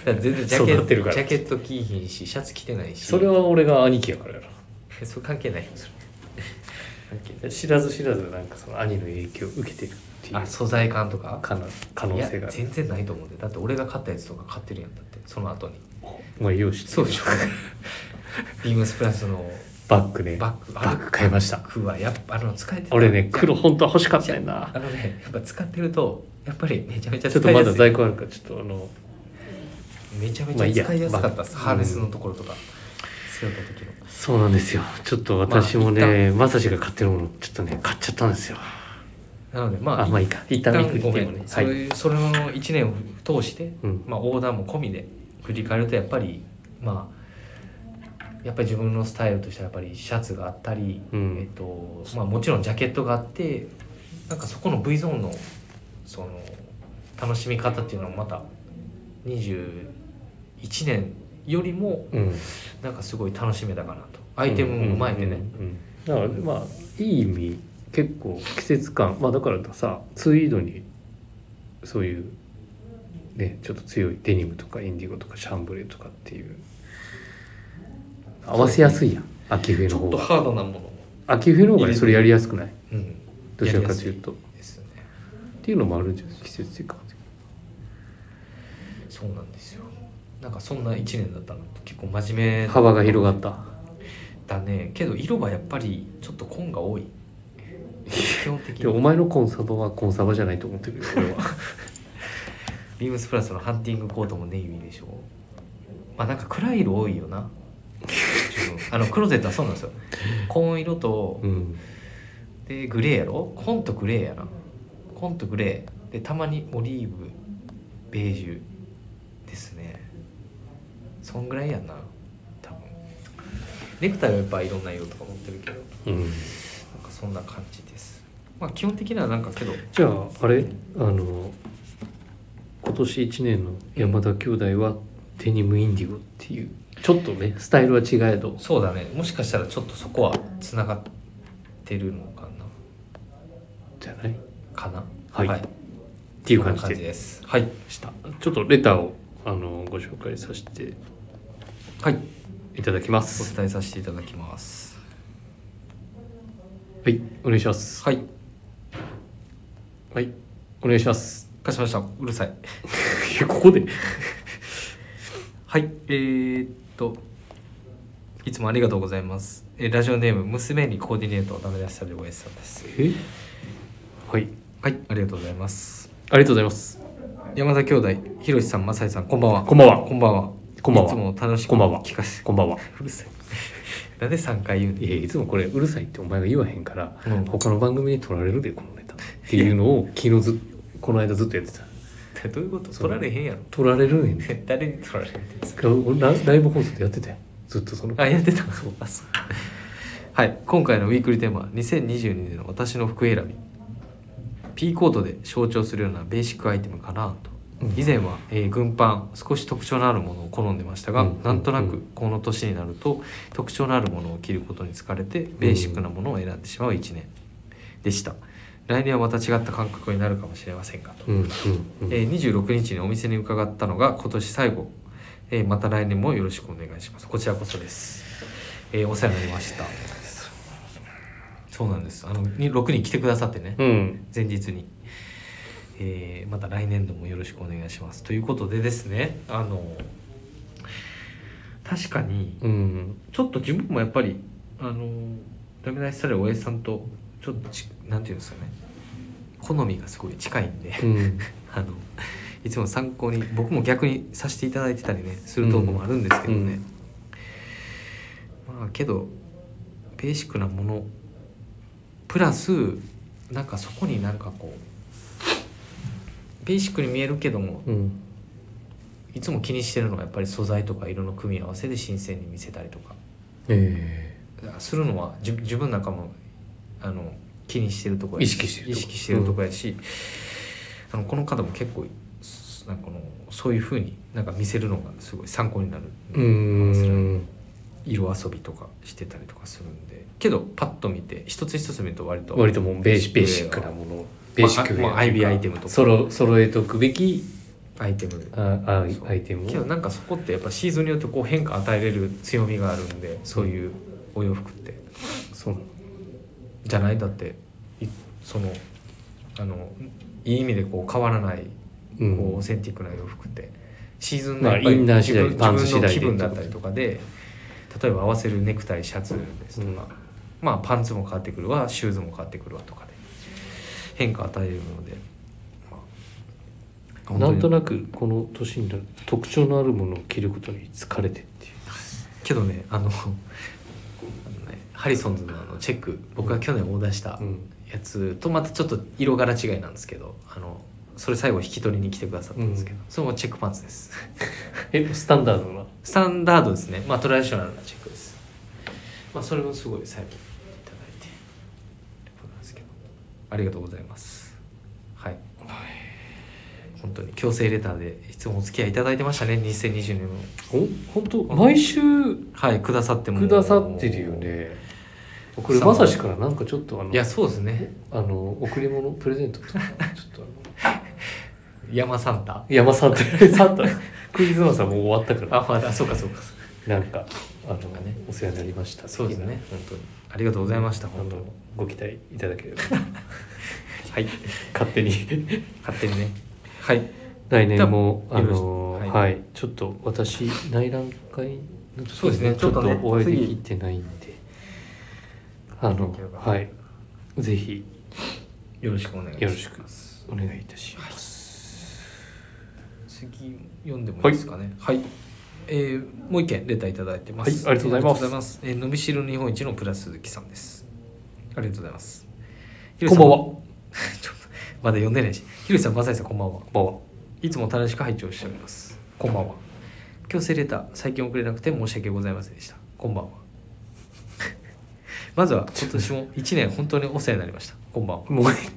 Speaker 1: ら全然ジャケ
Speaker 2: 育ってる
Speaker 1: ッ
Speaker 2: か
Speaker 1: ト
Speaker 2: ら
Speaker 1: ジャケット着いひんしシャツ着てないし
Speaker 2: それは俺が兄貴やからやろ
Speaker 1: えそれ関係ないよそれ関係ない
Speaker 2: 知らず知らずなんかその兄の影響を受けてるっていう
Speaker 1: あ素材感とか
Speaker 2: かな可能性が
Speaker 1: いや全然ないと思うんでだって俺が買ったやつとか買ってるやんだってその後に
Speaker 2: お前用紙
Speaker 1: そうでしょ ビームスプラスの
Speaker 2: バッグね
Speaker 1: バッグ
Speaker 2: バッグ買いました
Speaker 1: 僕はやっぱあの使えてた
Speaker 2: 俺ね黒
Speaker 1: いや
Speaker 2: 本当は欲しかったんやな
Speaker 1: あのねやっぱ使ってるとやっぱりめちゃめちゃ
Speaker 2: ち
Speaker 1: 使
Speaker 2: ょっと
Speaker 1: い
Speaker 2: ま
Speaker 1: や
Speaker 2: だ
Speaker 1: すい
Speaker 2: 在庫あるからちょっとあの
Speaker 1: めちゃめ
Speaker 2: まあいい
Speaker 1: ちゃ
Speaker 2: や
Speaker 1: 使いやすかったです、
Speaker 2: まあ
Speaker 1: ハーネスのところとか、背負った時の
Speaker 2: そうなんですよちょっと私もね、まさしが買ってるものちょっとね買っちゃったんですよ
Speaker 1: なのでまあ
Speaker 2: あまあいいか一旦めく
Speaker 1: ご
Speaker 2: って
Speaker 1: め
Speaker 2: も
Speaker 1: ん
Speaker 2: ね
Speaker 1: そ
Speaker 2: は
Speaker 1: う
Speaker 2: い
Speaker 1: いうそれの1年を通して、
Speaker 2: うん
Speaker 1: まあ、オーダーも込みで振り返るとやっぱりまあやっぱり自分のスタイルとしてはやっぱりシャツがあったり、
Speaker 2: うん
Speaker 1: えっとまあ、もちろんジャケットがあってなんかそこの V ゾーンのその楽しみ方っていうのもまた21年よりも
Speaker 2: うん
Speaker 1: なんかすごい楽しめたかなとアイテムも前でね、
Speaker 2: うんうんうんだからまあいい意味結構季節感まあだからさツイードにそういうねちょっと強いデニムとかインディゴとかシャンブレーとかっていう合わせやすいやん秋冬
Speaker 1: ち
Speaker 2: の
Speaker 1: ょ
Speaker 2: 方
Speaker 1: っと
Speaker 2: が
Speaker 1: ハードなものも、
Speaker 2: 秋冬の方がねそれやりやすくない
Speaker 1: うん、
Speaker 2: どちらかというとっ
Speaker 1: ですよね
Speaker 2: ていうのもあるんじゃない季節性か
Speaker 1: そうなんですよなんかそんな1年だったの結構真面目
Speaker 2: 幅が広がった
Speaker 1: だねけど色はやっぱりちょっと紺が多い基本的
Speaker 2: でもお
Speaker 1: に
Speaker 2: 前のコンサバはコンサバじゃないと思ってるよ俺は
Speaker 1: ビームスプラスのハンティングコートもネイビーでしょまあなんか暗い色多いよ な自分あのクローゼットはそうなんですよ紺色と
Speaker 2: うん
Speaker 1: でグレーやろ紺とグレーやな紺とグレーでたまにオリーブベージュですねそんぐらいやな多分ネクタイはやっぱいろんな色とか持ってるけど
Speaker 2: うん
Speaker 1: なんかそんな感じですまあ基本的にはなんかけど
Speaker 2: じゃああれあの今年1年の山田兄弟はデニムインディゴっていうちょっとねスタイルは違えど
Speaker 1: そうだねもしかしたらちょっとそこはつながってるのかな
Speaker 2: じゃないっ
Speaker 1: かな
Speaker 2: はい
Speaker 1: って
Speaker 2: いう感じで
Speaker 1: ですはい
Speaker 2: したちょっとレターをあのご紹介させて
Speaker 1: はい
Speaker 2: いただきま
Speaker 1: お
Speaker 2: す
Speaker 1: 伝えさせていただきます
Speaker 2: はいお願いします
Speaker 1: はい
Speaker 2: はいお願いします
Speaker 1: かしましたうるさい
Speaker 2: いやここで
Speaker 1: はい、えー、っと、いつもありがとうございます。えーラジオネーム、娘にコーディネートをダメ出しされるおやさんです。
Speaker 2: えはい
Speaker 1: はい、ありがとうございます。
Speaker 2: ありがとうございます
Speaker 1: 山田兄弟、ひろしさん、まさいさん、こんばんは。
Speaker 2: こんばんは
Speaker 1: こんばんは。
Speaker 2: こんばんはい
Speaker 1: つも楽しく
Speaker 2: こんばんは
Speaker 1: 聞かせて。
Speaker 2: こんばんは
Speaker 1: うるさい。なんで3回言うの
Speaker 2: いやいつもこれうるさいってお前が言わへんから、
Speaker 1: うん
Speaker 2: 他の番組に取られるでこの ネタっていうのを昨日ずっこの間ずっとやってた
Speaker 1: どういうこと
Speaker 2: そ
Speaker 1: 取
Speaker 2: う
Speaker 1: られへんやろ。
Speaker 2: 取られるねんね
Speaker 1: 誰に取られへんってんですか
Speaker 2: 俺ラライブ放送でやってたよずっとその
Speaker 1: あ、やってたそう。あ、そう。はい、今回のウィークリーテーマは2022年の私の服選び P コートで象徴するようなベーシックアイテムかなと、
Speaker 2: うん
Speaker 1: 以前は、えー軍パン少し特徴のあるものを好んでましたが、
Speaker 2: うん
Speaker 1: なんとな
Speaker 2: う
Speaker 1: く
Speaker 2: ん
Speaker 1: この年になると特徴のあるものを着ることに疲れてベーシックなものを選んでしまう1年でした来年はまた違った感覚になるかもしれませんがと、
Speaker 2: うんうんうん、
Speaker 1: えー26日にお店に伺ったのが今年最後、えーまた来年もよろしくお願いしますこちらこそです、えーお世話になりましたそうなんですあのに6人来てくださってね
Speaker 2: うん
Speaker 1: 前日に、えーまた来年度もよろしくお願いしますということでですねあの確かに
Speaker 2: うん
Speaker 1: ちょっと自分もやっぱりあのダメ出しされるおやじさんとちょっとちなんていうんですかね好みがすごい近いんで
Speaker 2: うん
Speaker 1: あのいつも参考に僕も逆にさせていただいてたりねするとこもあるんですけどね、まあけどベーシックなものプラスなんかそこになんかこうベーシックに見えるけども
Speaker 2: うん
Speaker 1: いつも気にしてるのがやっぱり素材とか色の組み合わせで新鮮に見せたりとか
Speaker 2: え
Speaker 1: するのはじゅ自分なんかもあの気にしてるとこや
Speaker 2: 意識してると
Speaker 1: 意
Speaker 2: こ
Speaker 1: 識してるとこやし、あのこの方も結構すなんかこのそういうふうになんか見せるのがすごい参考になる、
Speaker 2: ー、うん
Speaker 1: 色遊びとかしてたりとかするんでけどパッと見て一つ一つ見ると割と
Speaker 2: 割ともうベーシベーシックなものベーシック
Speaker 1: まああまあアイビーアイテムとか
Speaker 2: そろ揃えとくべき
Speaker 1: アイテム
Speaker 2: あ
Speaker 1: そう
Speaker 2: あアイテム
Speaker 1: けど
Speaker 2: を
Speaker 1: なんかそこってやっぱシーズンによってこう変化与えれる強みがあるんでそういうお洋服って。
Speaker 2: そう
Speaker 1: じゃないだっていそのあのいい意味でこう変わらない、
Speaker 2: うん
Speaker 1: こうオーセンティックな洋服ってシーズン
Speaker 2: まあ
Speaker 1: やっぱり
Speaker 2: インナー次第
Speaker 1: 自
Speaker 2: パン
Speaker 1: 分
Speaker 2: ツ
Speaker 1: 自
Speaker 2: 次
Speaker 1: 分の気分
Speaker 2: 第で
Speaker 1: だったりとかで例えば合わせるネクタイシャツですとか、
Speaker 2: うん
Speaker 1: まあパンツも変わってくるわシューズも変わってくるわとかで変化与えるので、ま本
Speaker 2: な
Speaker 1: 当
Speaker 2: ん
Speaker 1: に
Speaker 2: となくこの年になると特徴のあるものを着ることに疲れてっていう
Speaker 1: けどねあの あのねハリソンズのあのチェック僕が去年オーダーした
Speaker 2: うん
Speaker 1: やつとまたちょっと色柄違いなんですけどあのそれ最後引き取りに来てくださったんですけど、
Speaker 2: う
Speaker 1: それもチェックパンツです
Speaker 2: えスタンダードな
Speaker 1: スタンダードですねまあトラディショナルなチェックですまあそれもすごい最後にいただいてってことなんですけどありがとうございますはい本当に強制レターでいつもお付き合いいただいてましたね2020年も
Speaker 2: お本当毎週
Speaker 1: はいくださっても
Speaker 2: くださってるよねこれまさしからなんかちょっとあの
Speaker 1: いやそうですね
Speaker 2: あの贈り物プレゼントとかちょっとあの
Speaker 1: 山サンタ
Speaker 2: 山さんとサンタクリスマスはもう終わったから
Speaker 1: あまだそうかそうか
Speaker 2: なんかあの、
Speaker 1: ね
Speaker 2: お世話になりました
Speaker 1: そうですね本当にありがとうございました
Speaker 2: 的なあ
Speaker 1: 本当
Speaker 2: の
Speaker 1: に
Speaker 2: ご期待いただければ
Speaker 1: はい
Speaker 2: 勝手に
Speaker 1: 勝手にねはい
Speaker 2: 来年も
Speaker 1: じゃあ
Speaker 2: あの
Speaker 1: よろ
Speaker 2: は
Speaker 1: し
Speaker 2: い、
Speaker 1: く
Speaker 2: ちょっと私内覧会の時
Speaker 1: そうですね
Speaker 2: ちょっと
Speaker 1: ちょっとね
Speaker 2: お会いできてないんであの
Speaker 1: できれば
Speaker 2: はいぜひ
Speaker 1: よろしくお願いし
Speaker 2: よ
Speaker 1: ま
Speaker 2: ろ
Speaker 1: す
Speaker 2: しくお願いいたします、
Speaker 1: 次読んでもいいですかねはい、えーもう一件レターいただいてます、
Speaker 2: はいありがとうございます
Speaker 1: ありすえー伸びしろ日本一のプラス鈴木さんですありがとうございます
Speaker 2: こんばんは
Speaker 1: ひろしさん ちょっとまだ読んでないしひろしさんまささんこんばんは
Speaker 2: こんばんはい
Speaker 1: つも楽しく拝聴しております。こんばんは。強制レター、最近遅れなくて申し訳ございませんでした。こんばんは。 まずは今年も1年本当にお世話になりました。こんばんは。
Speaker 2: もう言って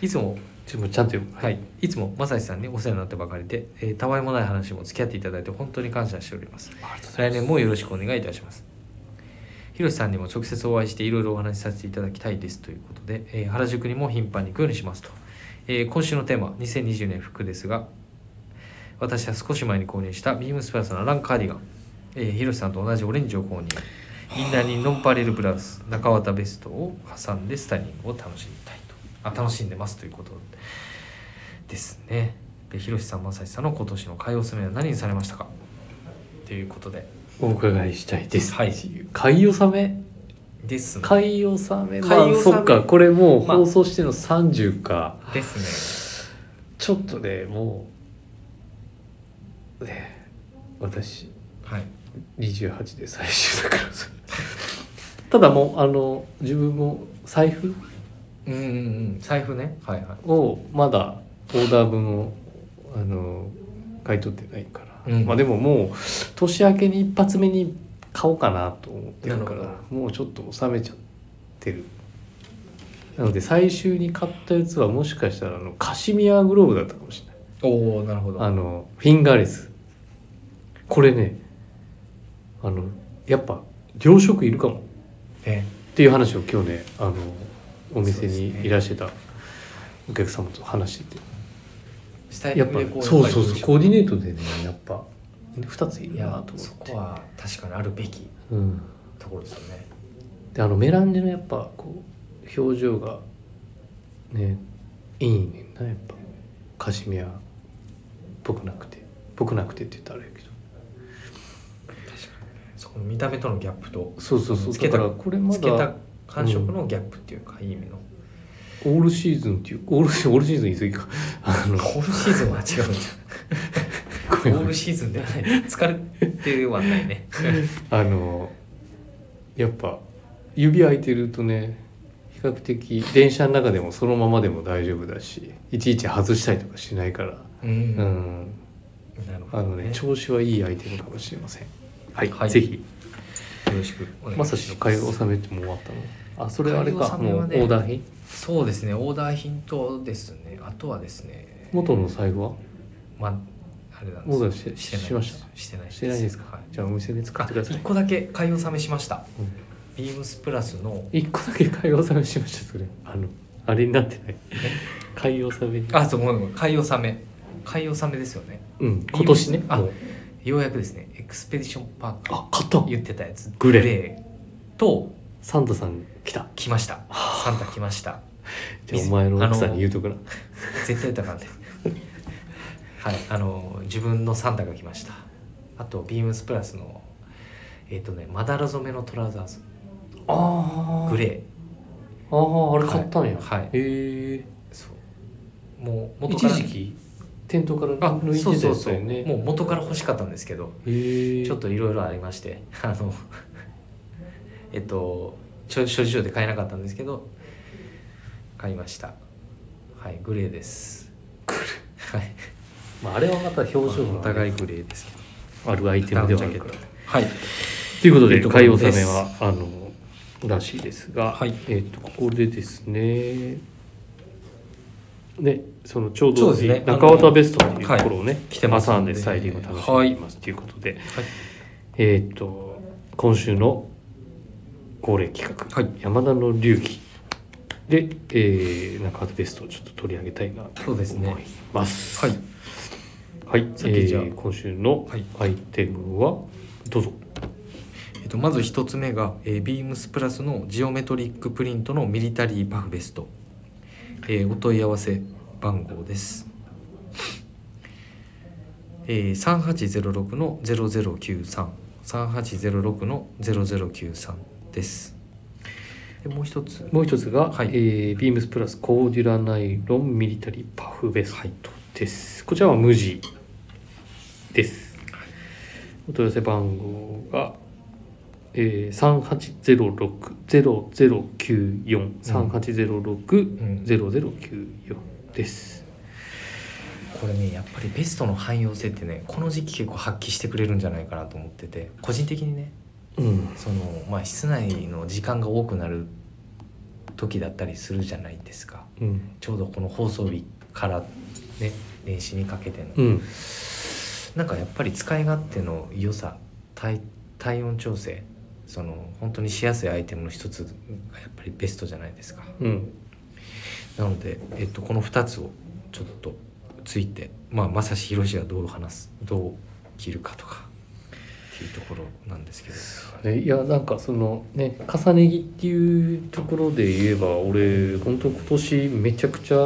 Speaker 1: いつも、
Speaker 2: ちょっとちゃんと読む
Speaker 1: はい、いつも正志さんにお世話になってばかりで、えーたわいもない話も付き合っていただいて本当に感謝しております。
Speaker 2: ありがとうござい
Speaker 1: 来
Speaker 2: ます
Speaker 1: 年もよろしくお願いいたします。ひろしさんにも直接お会いしていろいろお話しさせていただきたいですということで、えー原宿にも頻繁に行くようにしますと。えー今週のテーマ、2020年服ですが、私は少し前に購入したビームスプラスのアランカーディガン、えー、ひろしさんと同じオレンジを購入、インナーにノンパレルブラウス、中綿ベストを挟んでスタイリングを楽しみたいと。あ楽しんでますということですね。で、ひろしさん、まさしさんの今年の買い納めは何にされましたかということで。
Speaker 2: お伺いしたいです、
Speaker 1: はい
Speaker 2: 買い納め
Speaker 1: ですね。
Speaker 2: 買い納め
Speaker 1: 買い納
Speaker 2: まあ
Speaker 1: め
Speaker 2: そっかこれもう
Speaker 1: まあ
Speaker 2: 放送しての30か、
Speaker 1: ですね。
Speaker 2: ちょっとねもうね私
Speaker 1: はい。
Speaker 2: 28で最終だからただもうあの自分も財布
Speaker 1: うんうんうん。財布ね。はいは
Speaker 2: をまだオーダー分をあの買い取ってないから、
Speaker 1: うん
Speaker 2: まあでももう年明けに一発目に買おうかなと思ってるか
Speaker 1: なる
Speaker 2: らもうちょっと収めちゃってるなので最終に買ったやつはもしかしたらあのカシミヤグローブだったかもしれない
Speaker 1: い。おおなるほど。
Speaker 2: あのフィンガーレスこれねあのやっぱ両職いるかも
Speaker 1: ね。
Speaker 2: っていう話を今日ねあのお
Speaker 1: そう
Speaker 2: 店
Speaker 1: ですね
Speaker 2: にいらしてたお客様と話してて、
Speaker 1: スタイリ
Speaker 2: や
Speaker 1: ン
Speaker 2: っ
Speaker 1: グ
Speaker 2: ぱ
Speaker 1: でこう
Speaker 2: そうそうそうコーディ
Speaker 1: ネ
Speaker 2: ネートでねやっぱ2ついる
Speaker 1: い
Speaker 2: な
Speaker 1: や
Speaker 2: と思
Speaker 1: そ
Speaker 2: って
Speaker 1: こは確かにあるべき
Speaker 2: うん、
Speaker 1: ところですよね。
Speaker 2: であのメランジェのやっぱこう表情がねいいねんなやっぱカシミヤっぽくなくてぽくなくてって言ったらあれやけど
Speaker 1: そこの見た目とのギャップと
Speaker 2: そうそうそう
Speaker 1: つけ
Speaker 2: だ
Speaker 1: た
Speaker 2: からこれま
Speaker 1: つけ
Speaker 2: だ
Speaker 1: た感触のギャップっていうかいい意味の。
Speaker 2: オールシーズンっていうオールシーズンオールシーズン言い過ぎか あ
Speaker 1: オ
Speaker 2: の
Speaker 1: ールシーズンは違うんじ
Speaker 2: ご
Speaker 1: ゃ
Speaker 2: め
Speaker 1: ん。
Speaker 2: ん
Speaker 1: オールシーズンでは ない。疲れてはないね。
Speaker 2: あのやっぱ指開いてるとね比較的電車の中でもそのままでも大丈夫だしいちいち外したりとかしないから、
Speaker 1: うん。
Speaker 2: うん
Speaker 1: なるほ
Speaker 2: あ
Speaker 1: ど、
Speaker 2: のね調子はいいアイテムかもしれませんはい、
Speaker 1: はい
Speaker 2: ぜひ
Speaker 1: よろしくお願いし
Speaker 2: ま
Speaker 1: ま
Speaker 2: さ
Speaker 1: す。
Speaker 2: しの買い納めってもう終わったのあそれあれか、
Speaker 1: 買い納め
Speaker 2: もうオ
Speaker 1: はね
Speaker 2: ーダー品
Speaker 1: そうですね。オーダー品とですね。あとはですね。
Speaker 2: 元の財布は
Speaker 1: まああれなん
Speaker 2: オーダー
Speaker 1: です。
Speaker 2: して
Speaker 1: してない
Speaker 2: しました
Speaker 1: してない
Speaker 2: してないですか、
Speaker 1: はい。
Speaker 2: じゃあお店で使
Speaker 1: あ
Speaker 2: ってください
Speaker 1: 1個だけ買い納めしました
Speaker 2: うん
Speaker 1: ビームスプラスの
Speaker 2: 一個だけ買い納めしましたそれあのあれになってない買い納めに
Speaker 1: あそうごめんごめん買い納め買い納めですよね
Speaker 2: うん今
Speaker 1: ビ
Speaker 2: 年ね
Speaker 1: ームス
Speaker 2: あ
Speaker 1: ようやくですねエクスペディションパーク
Speaker 2: あ買った
Speaker 1: 言ってたやつ
Speaker 2: グレー
Speaker 1: ーと
Speaker 2: サンタさん来た
Speaker 1: 来ましたサンタ来ました
Speaker 2: じゃあお前の奥さんに言うとくな
Speaker 1: 絶対高んではいあの自分のサンタが来ましたあとビームスプラスのえっ、とねまだら染めのトラウザーズ
Speaker 2: あ
Speaker 1: グレ
Speaker 2: あああれ買ったんや
Speaker 1: はいはい
Speaker 2: へえ
Speaker 1: ーそうもう元か
Speaker 2: 一
Speaker 1: ら
Speaker 2: 時期店頭から
Speaker 1: あ
Speaker 2: 抜いてた
Speaker 1: そう
Speaker 2: やつだ
Speaker 1: そ
Speaker 2: よね
Speaker 1: うそうもう元から欲しかったんですけど
Speaker 2: へえ
Speaker 1: ちょっといろいろありまして あのえっとちょ諸事情で買えなかったんですけど買いましたはいグレーですグレーはい
Speaker 2: まあ、あれはまた表情
Speaker 1: お
Speaker 2: の
Speaker 1: 互いグレーですけど
Speaker 2: あるアイテムではあ
Speaker 1: ダウ
Speaker 2: るか
Speaker 1: ン
Speaker 2: ら
Speaker 1: ジャケットはい
Speaker 2: ということ
Speaker 1: とい
Speaker 2: で
Speaker 1: うとこ
Speaker 2: 買い
Speaker 1: ろ
Speaker 2: 納
Speaker 1: です
Speaker 2: めはあのらしいですが、
Speaker 1: はい
Speaker 2: えっ、とここでですねねそのちょう
Speaker 1: そ
Speaker 2: ど
Speaker 1: うですね
Speaker 2: 中綿ベストっていう
Speaker 1: あの
Speaker 2: ところをね、
Speaker 1: 来てます
Speaker 2: 挟ん
Speaker 1: んで
Speaker 2: でスタイリングを楽しんでいますということで、えっ、と今週の恒例企画、
Speaker 1: はい
Speaker 2: 山田の流儀で、えー、中畑ベストをちょっと取り上げたいなと
Speaker 1: そう
Speaker 2: 思
Speaker 1: ですね
Speaker 2: います。
Speaker 1: はい
Speaker 2: はい、
Speaker 1: さっきじゃあ
Speaker 2: えー今週の
Speaker 1: はい
Speaker 2: アイテムはどうぞ。
Speaker 1: えっと、まず一つ目が、えー、ビームスプラスのジオメトリックプリントのミリタリーパフベスト、えーお問い合わせ番号です、えー、3806の00933806の0093ですでもう一つ
Speaker 2: もう一つが、
Speaker 1: はい
Speaker 2: えービームスプラスコーデュラナイロンミリタリーパフベストです。こちらは無地です。お問い合わせ番号が、えー、3806-0094、
Speaker 1: ん
Speaker 2: 3806-0094です。
Speaker 1: これねやっぱりベストの汎用性ってねこの時期結構発揮してくれるんじゃないかなと思ってて個人的にね
Speaker 2: うん。
Speaker 1: そのまあ室内の時間が多くなる時だったりするじゃないですか
Speaker 2: うん。
Speaker 1: ちょうどこの放送日からね年始にかけての、
Speaker 2: うん。
Speaker 1: なんかやっぱり使い勝手の良さ体体温調整その本当にしやすいアイテムの一つがやっぱりベストじゃないですか
Speaker 2: うん。
Speaker 1: なので、えっと、この2つをちょっとついてまあ正志宏がどう話すどう切るかとかっていうところなんですけど
Speaker 2: ねいやなんかそのね重ね着っていうところで言えば俺本当今年めちゃくちゃ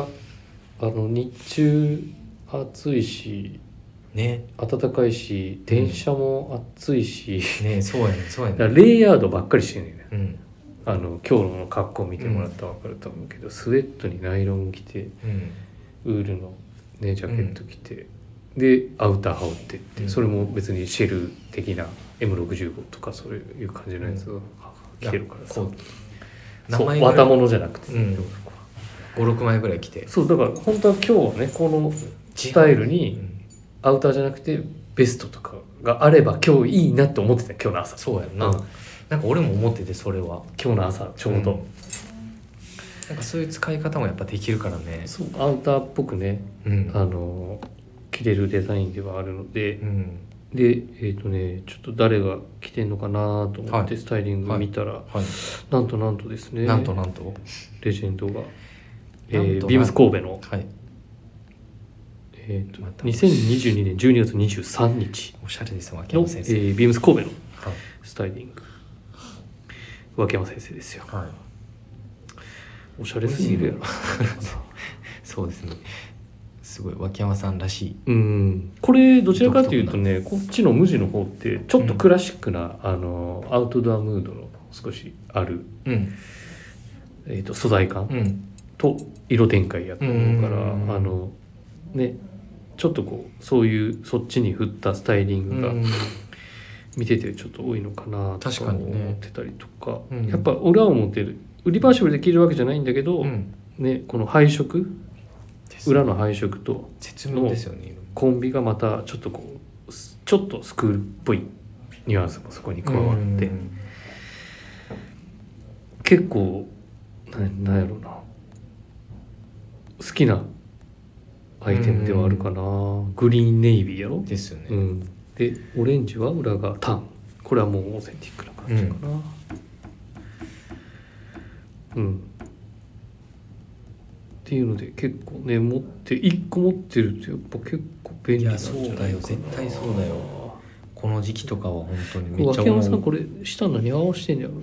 Speaker 2: あの日中暑いし
Speaker 1: ね
Speaker 2: 暖かいし電車も暑いし、
Speaker 1: ねそうやねそうや
Speaker 2: だから
Speaker 1: ね
Speaker 2: レイヤードばっかりしてんねんね
Speaker 1: うん
Speaker 2: あの今日の格好見てもらったら分かると思うけど、スウェットにナイロン着て
Speaker 1: うん
Speaker 2: ウールの、ね、ジャケット着て、でアウター羽織ってって、
Speaker 1: うん
Speaker 2: それも別にシェル的な M65 とかそういう感じのやつを着てるからさ。
Speaker 1: こう名
Speaker 2: そう
Speaker 1: 前が
Speaker 2: 綿物じゃなくて、
Speaker 1: うん56枚ぐらい来て
Speaker 2: そうだから本当は今日はねこのスタイル
Speaker 1: う
Speaker 2: に
Speaker 1: ん
Speaker 2: アウターじゃなくてベストとかがあれば今日いいなって思ってた今日の朝
Speaker 1: そうやんな、
Speaker 2: うん
Speaker 1: なんか俺も思っててそれは
Speaker 2: 今日の朝ちょうど、
Speaker 1: うんなんかそういう使い方もやっぱできるからね
Speaker 2: そうアウターっぽくね
Speaker 1: うん
Speaker 2: あの着れるデザインではあるので
Speaker 1: う、ん
Speaker 2: でえっ、とねちょっと誰が着てんのかなと思っ
Speaker 1: は
Speaker 2: てスタイリング見たら、
Speaker 1: はい、
Speaker 2: なんとなんとですね
Speaker 1: なんとなんと
Speaker 2: レジェンドが、え
Speaker 1: なんとなん
Speaker 2: ー、
Speaker 1: と
Speaker 2: ビームス神戸の、
Speaker 1: はい
Speaker 2: えーと
Speaker 1: また
Speaker 2: 2022年12月23日
Speaker 1: おしゃれですわ秋
Speaker 2: の、え
Speaker 1: 山先生、
Speaker 2: ービームス神戸の
Speaker 1: はい
Speaker 2: スタイリング脇山先生ですよ
Speaker 1: はい、
Speaker 2: おしゃれすぎるやろ
Speaker 1: そうですねすごい脇山さんらしい
Speaker 2: うんこれどちらかというとねこっちの無地の方ってちょっとクラシックな、あのアウトドアムードの少しある、
Speaker 1: うん
Speaker 2: えー、と素材
Speaker 1: う
Speaker 2: 感
Speaker 1: ん
Speaker 2: と色展開やと思うから、
Speaker 1: うん
Speaker 2: あのねちょっとこうそういうそっちに振ったスタイリングが
Speaker 1: うん
Speaker 2: 見ててちょっと多いのかなと
Speaker 1: 確か
Speaker 2: か
Speaker 1: にね
Speaker 2: 思ってたりとか
Speaker 1: うん
Speaker 2: やっぱ俺は思ってるリバーシブルで着るわけじゃないんだけど、
Speaker 1: うん
Speaker 2: ね、この配色
Speaker 1: です
Speaker 2: 裏の配色と
Speaker 1: 絶妙ですよね今
Speaker 2: コンビがまたちょっとこうすちょっとスクールっぽいニュアンスもそこに加わって
Speaker 1: うん
Speaker 2: 結構ななんやろうな好きなアイテムではあるかなグリーンネイビーやろ、
Speaker 1: ですよね、
Speaker 2: うん、でオレンジは裏がタンこれはもうオーセンティックな感じかなうん、っていうので結構ね持って1個持ってるとやっぱ結構便利なんじゃないかない
Speaker 1: やそうだよ絶対そうだよこの時期とかは本当にめっちゃ
Speaker 2: 脇
Speaker 1: 思
Speaker 2: 山さん
Speaker 1: う
Speaker 2: これ下何合わせてんねやろな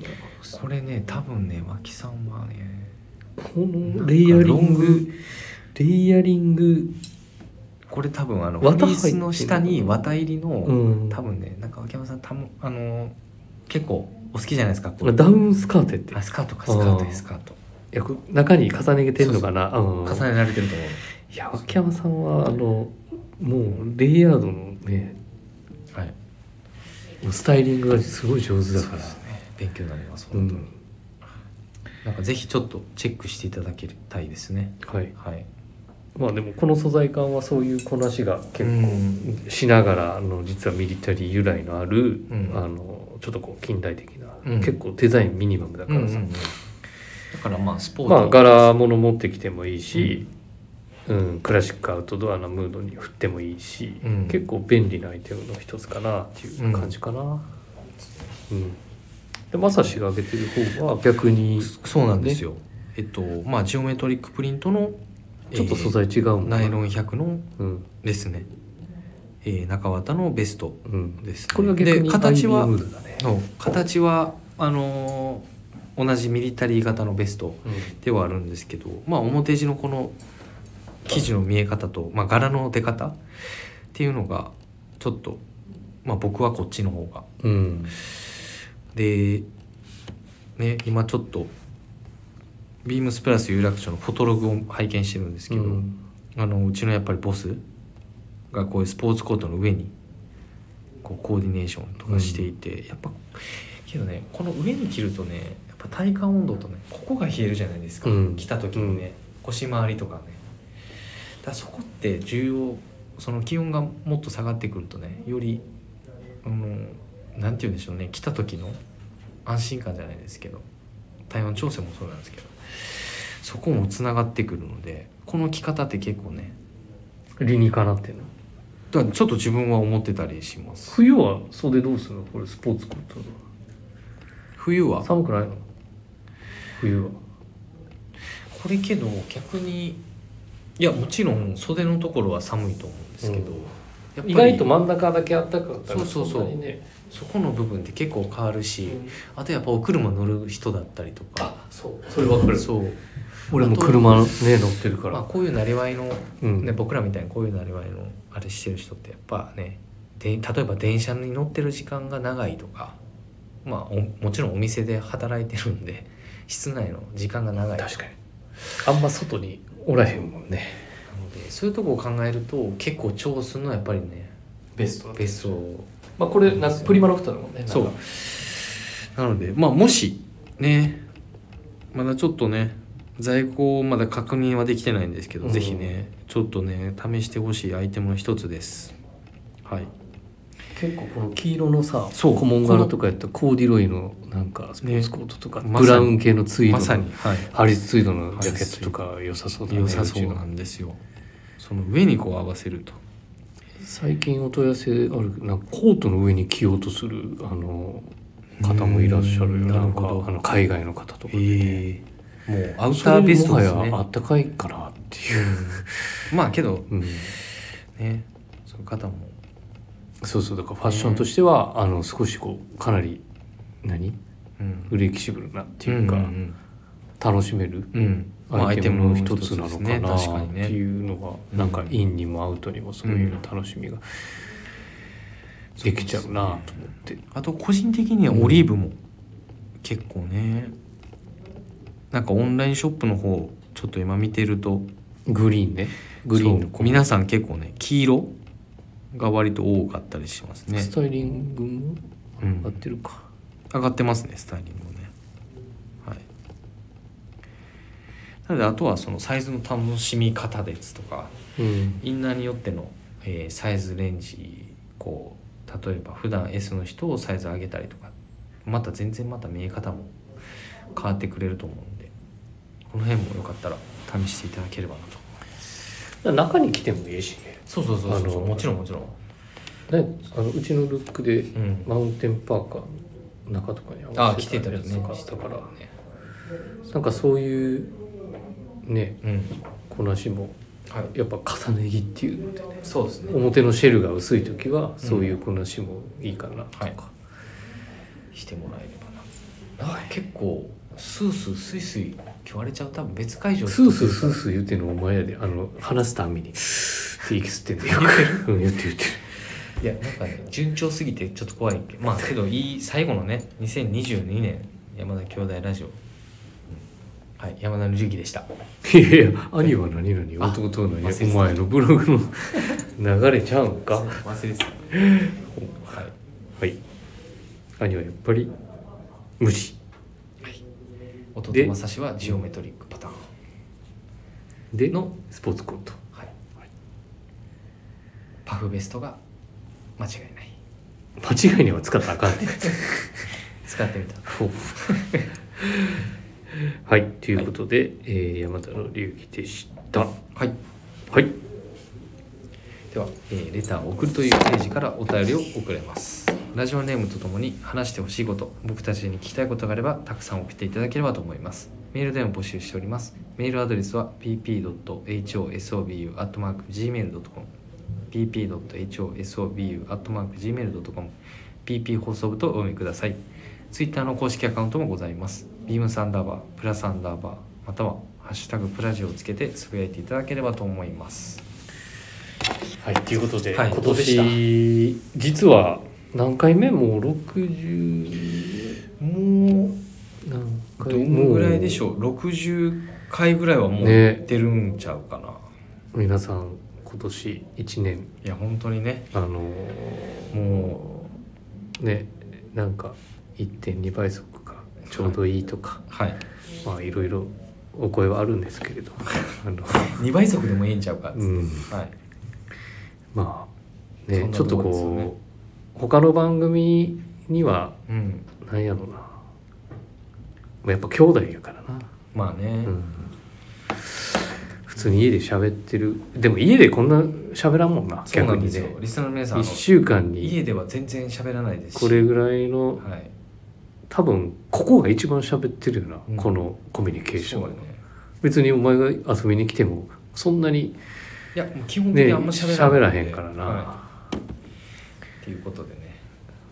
Speaker 1: これね多分ね脇さんはね
Speaker 2: このレイヤ
Speaker 1: な
Speaker 2: リ
Speaker 1: んかロ
Speaker 2: ン
Speaker 1: ン
Speaker 2: グ
Speaker 1: グ
Speaker 2: レイヤリング
Speaker 1: これ多分あのフリー
Speaker 2: 綿入ってる
Speaker 1: スの下に綿入りの、
Speaker 2: うん
Speaker 1: 多分ねなんか秋山さんたもあの結構お好きじゃないですかこ
Speaker 2: あ
Speaker 1: う
Speaker 2: ダウンスカーテってい
Speaker 1: あスカートかスカート
Speaker 2: あー
Speaker 1: やスカート
Speaker 2: やこ中に重ねてんのかなうん
Speaker 1: 重ねられてると思う
Speaker 2: いや脇山さんはあのもうレイヤードのね
Speaker 1: はい
Speaker 2: もうスタイリングがすごい上手だから
Speaker 1: 勉強になります
Speaker 2: う
Speaker 1: 本当に、
Speaker 2: ん
Speaker 1: なんかぜひちょっとチェックしていただきたいですね
Speaker 2: はい
Speaker 1: はい
Speaker 2: まあでもこの素材感はそういうこなしが結構
Speaker 1: 構
Speaker 2: しながらあの実はミリタリー由来のある、
Speaker 1: うん
Speaker 2: あのちょっとこう近代的な、
Speaker 1: うん
Speaker 2: 結構デザインミニマムだ
Speaker 1: う
Speaker 2: か
Speaker 1: んうん
Speaker 2: ら
Speaker 1: う
Speaker 2: さ、
Speaker 1: んだからまあスポーツ、
Speaker 2: まあ柄物持ってきてもいいし、うんクラシックアウトドアなムードに振ってもいいし、
Speaker 1: うん
Speaker 2: 結構便利なアイテムの一つかなっていう感じかな。うんでまさしが挙げてる方は逆に
Speaker 1: そうなんですよ、えっとまあジオメトリックプリントの
Speaker 2: ちょっと素、
Speaker 1: え
Speaker 2: 材違うも
Speaker 1: ー
Speaker 2: んな
Speaker 1: ナイロン100の
Speaker 2: うん
Speaker 1: ですね、えー中綿のベスト
Speaker 2: うん、
Speaker 1: です、ね、
Speaker 2: これが逆に
Speaker 1: で形は
Speaker 2: IB ムードだね、
Speaker 1: そう形はあのー同じミリタリー型のベストではあるんですけど、まあ、表地のこの生地の見え方と、まあ、柄の出方っていうのがちょっと、まあ、僕はこっちの方が
Speaker 2: うんうん
Speaker 1: で、ね、今ちょっとビームスプラス有楽町のフォトログを拝見してるんですけど、
Speaker 2: うん
Speaker 1: あのうちのやっぱりボスがこういうスポーツコートの上にこうコーディネーションとかしていて、やっぱけどねこの上に着るとねやっぱ体感温度とねここが冷えるじゃないですか、
Speaker 2: うん
Speaker 1: 着た時にね、腰回りとかねだからそこって重要その気温がもっと下がってくるとねよりあのなんて言うんでしょうね来た時の安心感じゃないですけど体温調整もそうなんですけどそこもつながってくるのでこの着方って結構ね
Speaker 2: 理にかなってるの
Speaker 1: だからちょっと自分は思ってたりします
Speaker 2: 冬は袖どうするのこれスポーツコート
Speaker 1: 冬はこ
Speaker 2: 寒くないの冬は
Speaker 1: れけど逆にいやもちろん袖のところは寒いと思うんですけど、
Speaker 2: うん
Speaker 1: やっぱり
Speaker 2: 意外と真ん中だけ暖かかったら
Speaker 1: そうそうそうん
Speaker 2: なにね
Speaker 1: そこの部分って結構変わるし、
Speaker 2: うん
Speaker 1: あとやっぱお車乗る人だったりとか
Speaker 2: そうそれわかる
Speaker 1: そう
Speaker 2: 俺も車ね乗ってるか
Speaker 1: まあ
Speaker 2: ら
Speaker 1: こういうなりわいの
Speaker 2: うん
Speaker 1: ね、僕らみたいにこういうなりわいのあれしてる人ってやっぱねで例えば電車に乗ってる時間が長いとか、まあ、おもちろんお店で働いてるんで 室内の時間が長いなの
Speaker 2: 確かにあんま外におらへんもんね
Speaker 1: でそういうとこを考えると結構調するのはやっぱりね
Speaker 2: ベスト
Speaker 1: ベスト
Speaker 2: まあこれ夏プリマロフトだもんね
Speaker 1: そう
Speaker 2: なんか
Speaker 1: なのでまあもしねまだちょっとね在庫をまだ確認はできてないんですけど、
Speaker 2: うん
Speaker 1: ぜひねちょっとね試してほしいアイテムの一つですはい
Speaker 2: 結構この黄色のさ
Speaker 1: そう
Speaker 2: 古紋柄とかやったらコーディロイのなんかスポーツコートとか、
Speaker 1: ね
Speaker 2: ブラウン系のツイード
Speaker 1: ま
Speaker 2: の
Speaker 1: さにはい
Speaker 2: ハリスツイードのジャケットとか良さそうだね
Speaker 1: 良さそうなんですよその上にこう合わせると
Speaker 2: 最近お問い合わせあるなんかコートの上に着ようとするあの方もいらっしゃるよ
Speaker 1: うん
Speaker 2: な
Speaker 1: なる
Speaker 2: ん
Speaker 1: ほ
Speaker 2: か
Speaker 1: ど
Speaker 2: あの海外の方とかでね、
Speaker 1: ええもうアウ
Speaker 2: それ
Speaker 1: ターベストです
Speaker 2: もはやあ
Speaker 1: ね
Speaker 2: ったかいかなっていう、
Speaker 1: まあけど
Speaker 2: うん、
Speaker 1: ねその方も
Speaker 2: そうそうだからファッションとしては、あの少しこうかなり何
Speaker 1: うん
Speaker 2: フレキシブルなっていうか、
Speaker 1: んん
Speaker 2: 楽しめる
Speaker 1: うんうんまあ
Speaker 2: アイテムの一つ
Speaker 1: ア
Speaker 2: な
Speaker 1: イテムの一つで
Speaker 2: のか
Speaker 1: すね
Speaker 2: な
Speaker 1: 確か
Speaker 2: っ
Speaker 1: に
Speaker 2: て
Speaker 1: ね
Speaker 2: いうのが、なんかインにもアウトにもそういう楽しみができちゃうなと思って、
Speaker 1: あと個人的にはオリーブも結構ねなんかオンラインショップの方ちょっと今見てると
Speaker 2: グリーンねグリーンの
Speaker 1: そう
Speaker 2: コ
Speaker 1: 皆さん結構ね黄色が割と多かったりしますね
Speaker 2: スタイリングも
Speaker 1: うん
Speaker 2: 合ってるか、
Speaker 1: 上がってますねスタイリングもねはいなのであとはそのサイズの楽しみ方ですとか
Speaker 2: うん
Speaker 1: インナーによっての、えーサイズレンジこう例えば普段 S の人をサイズ上げたりとかまた全然また見え方も変わってくれると思うんでこの辺もよかったら試していただければなと
Speaker 2: 中に来てもいいしね
Speaker 1: そうそうそうそう
Speaker 2: あの
Speaker 1: もちろんもちろん
Speaker 2: ねあのうちのルックで
Speaker 1: うん
Speaker 2: マウンテンパーカーの中とかに合
Speaker 1: あ
Speaker 2: わ
Speaker 1: 来
Speaker 2: せ
Speaker 1: てた
Speaker 2: た
Speaker 1: り
Speaker 2: や
Speaker 1: ね
Speaker 2: つとかあっ
Speaker 1: したたか
Speaker 2: からら
Speaker 1: ね
Speaker 2: なんかそういうね
Speaker 1: うん
Speaker 2: こなしも
Speaker 1: はい
Speaker 2: やっぱ重ね着っていうのでね
Speaker 1: そうですね
Speaker 2: 表のシェルが薄い時はそういうこなしもいいかなとか、
Speaker 1: はいしてもらえればな、結構スースースイスイ今日あれちゃう多分別会場
Speaker 2: スースースースー言うてんのお前やであの話すたんびにスーって息吸ってんだよ言うん言ってる言ってる
Speaker 1: いやなんかね順調すぎてちょっと怖いけどまあけどいい最後のね2022年山田兄弟ラジオ、うんはい山田の樹儀でした
Speaker 2: いやいや兄は何々弟は何々
Speaker 1: 忘れてた
Speaker 2: お前のブログの流れちゃうんか
Speaker 1: 忘れてたはい
Speaker 2: はい兄はやっぱり無視
Speaker 1: 弟
Speaker 2: で
Speaker 1: 正志はジオメトリックパターン
Speaker 2: でのスポーツコント
Speaker 1: はい、パフベストが間違いない
Speaker 2: 間違いには使ったらあかんね
Speaker 1: 使ってみた
Speaker 2: はいということで、えー山田の隆起でした
Speaker 1: はい
Speaker 2: はい
Speaker 1: では、えーレターを送る」というページからお便りを送れますラジオネームとともに話してほしいこと僕たちに聞きたいことがあればたくさん送っていただければと思いますメールでも募集しておりますメールアドレスは pp.hosobu.gmail.com pp.hosobu.gmail.com pp 放送部とお読みくださいツイッターの公式アカウントもございます。ビームサンダーバー、プラサンダーバー、またはハッシュタグプラジをつけてつぶやいていただければと思います。
Speaker 2: はいということで、
Speaker 1: はい
Speaker 2: 今
Speaker 1: どうでした
Speaker 2: 年実は何回目もう60
Speaker 1: もう
Speaker 2: 何
Speaker 1: どんぐらいでしょう。六十回ぐらいはもう
Speaker 2: ね
Speaker 1: 出るんちゃうかな。
Speaker 2: う皆さん今年1年
Speaker 1: いや本当にね、
Speaker 2: あの
Speaker 1: も
Speaker 2: ーねなんか1.2倍速がちょうどいいとか、
Speaker 1: うはい
Speaker 2: まあいろいろお声はあるんですけれど あの、
Speaker 1: 二倍速でもいいんちゃうかっつって。
Speaker 2: うん、
Speaker 1: はい
Speaker 2: まあ
Speaker 1: そ
Speaker 2: ね
Speaker 1: んな
Speaker 2: ちょっとこう
Speaker 1: とこですよね
Speaker 2: 他の番組には
Speaker 1: うん
Speaker 2: なんやろなまあやっぱ兄弟やからな、
Speaker 1: まあね、
Speaker 2: うん、普通に家で喋ってるでも家でこんな喋らんもんな
Speaker 1: そうな
Speaker 2: 逆
Speaker 1: んで
Speaker 2: に
Speaker 1: すよ
Speaker 2: ね。
Speaker 1: リスナーの皆さんあ
Speaker 2: 1
Speaker 1: の
Speaker 2: 週間に
Speaker 1: 家では全然喋らないですし。
Speaker 2: これぐらいの
Speaker 1: はい。
Speaker 2: 多分ここが一番喋ってるよな、
Speaker 1: うん
Speaker 2: このコミュニケーシ
Speaker 1: そう
Speaker 2: ョ
Speaker 1: だ
Speaker 2: ン
Speaker 1: ね。
Speaker 2: 別にお前が遊びに来てもそんなに
Speaker 1: いやもう基本的
Speaker 2: ね
Speaker 1: にあんま喋らない
Speaker 2: 喋
Speaker 1: んで
Speaker 2: らへんからな、
Speaker 1: はいっていうことでね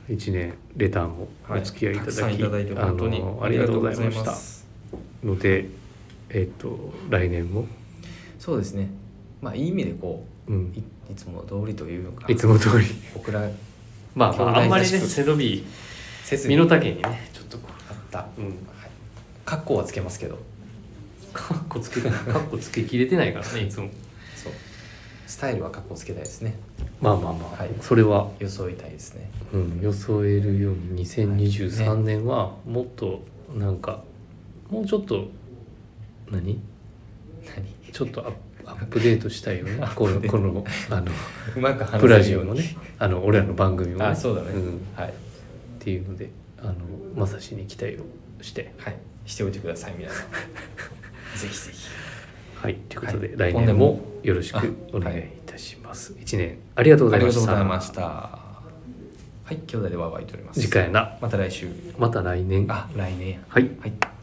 Speaker 2: 一年レターもお付き合いいただき、
Speaker 1: はい、たくさんいただいて
Speaker 2: あ
Speaker 1: 本当に
Speaker 2: のありがとうございました
Speaker 1: す
Speaker 2: のでえっと来年も、
Speaker 1: そうですねまあいい意味でこ
Speaker 2: う、
Speaker 1: うんいいつも通りというか
Speaker 2: いつも通り
Speaker 1: 僕ら
Speaker 2: ま
Speaker 1: 兄
Speaker 2: あ、
Speaker 1: 弟
Speaker 2: あんまりね
Speaker 1: らしく
Speaker 2: 背伸び
Speaker 1: せず
Speaker 2: 身
Speaker 1: に
Speaker 2: の
Speaker 1: あっ
Speaker 2: 丈にねちょっとこ
Speaker 1: た、はい、
Speaker 2: う、うん、
Speaker 1: カッコはつけますけど
Speaker 2: かっこつけかっこつけきれてないからねいつも
Speaker 1: そうスタイルはカッコつけたいですね
Speaker 2: まあまあまあ、
Speaker 1: はい
Speaker 2: それは、
Speaker 1: 装いたいですね
Speaker 2: うん、予想えるように2023年はもっとなんかもうちょっと何
Speaker 1: 何
Speaker 2: ちょっとアップアップデートしたいよ ねこのこのあの
Speaker 1: うまく話せるように
Speaker 2: プラジオのねあの俺らの番組も、
Speaker 1: あそうだね、
Speaker 2: ん
Speaker 1: はい
Speaker 2: っていうのであのまさしに期待をして
Speaker 1: はいしておいてください皆さん ぜひぜひ
Speaker 2: はいということで、
Speaker 1: はい
Speaker 2: 来
Speaker 1: 本年
Speaker 2: 年
Speaker 1: も
Speaker 2: もよろし
Speaker 1: あ
Speaker 2: くお願い
Speaker 1: はい
Speaker 2: いたします、一年ありがとうござ
Speaker 1: あり
Speaker 2: いま
Speaker 1: がとう
Speaker 2: し
Speaker 1: ご
Speaker 2: た
Speaker 1: ざいましたはい兄弟でワーワー言っております
Speaker 2: 次回やな
Speaker 1: また来週
Speaker 2: また来年
Speaker 1: あ来年や
Speaker 2: はい
Speaker 1: はい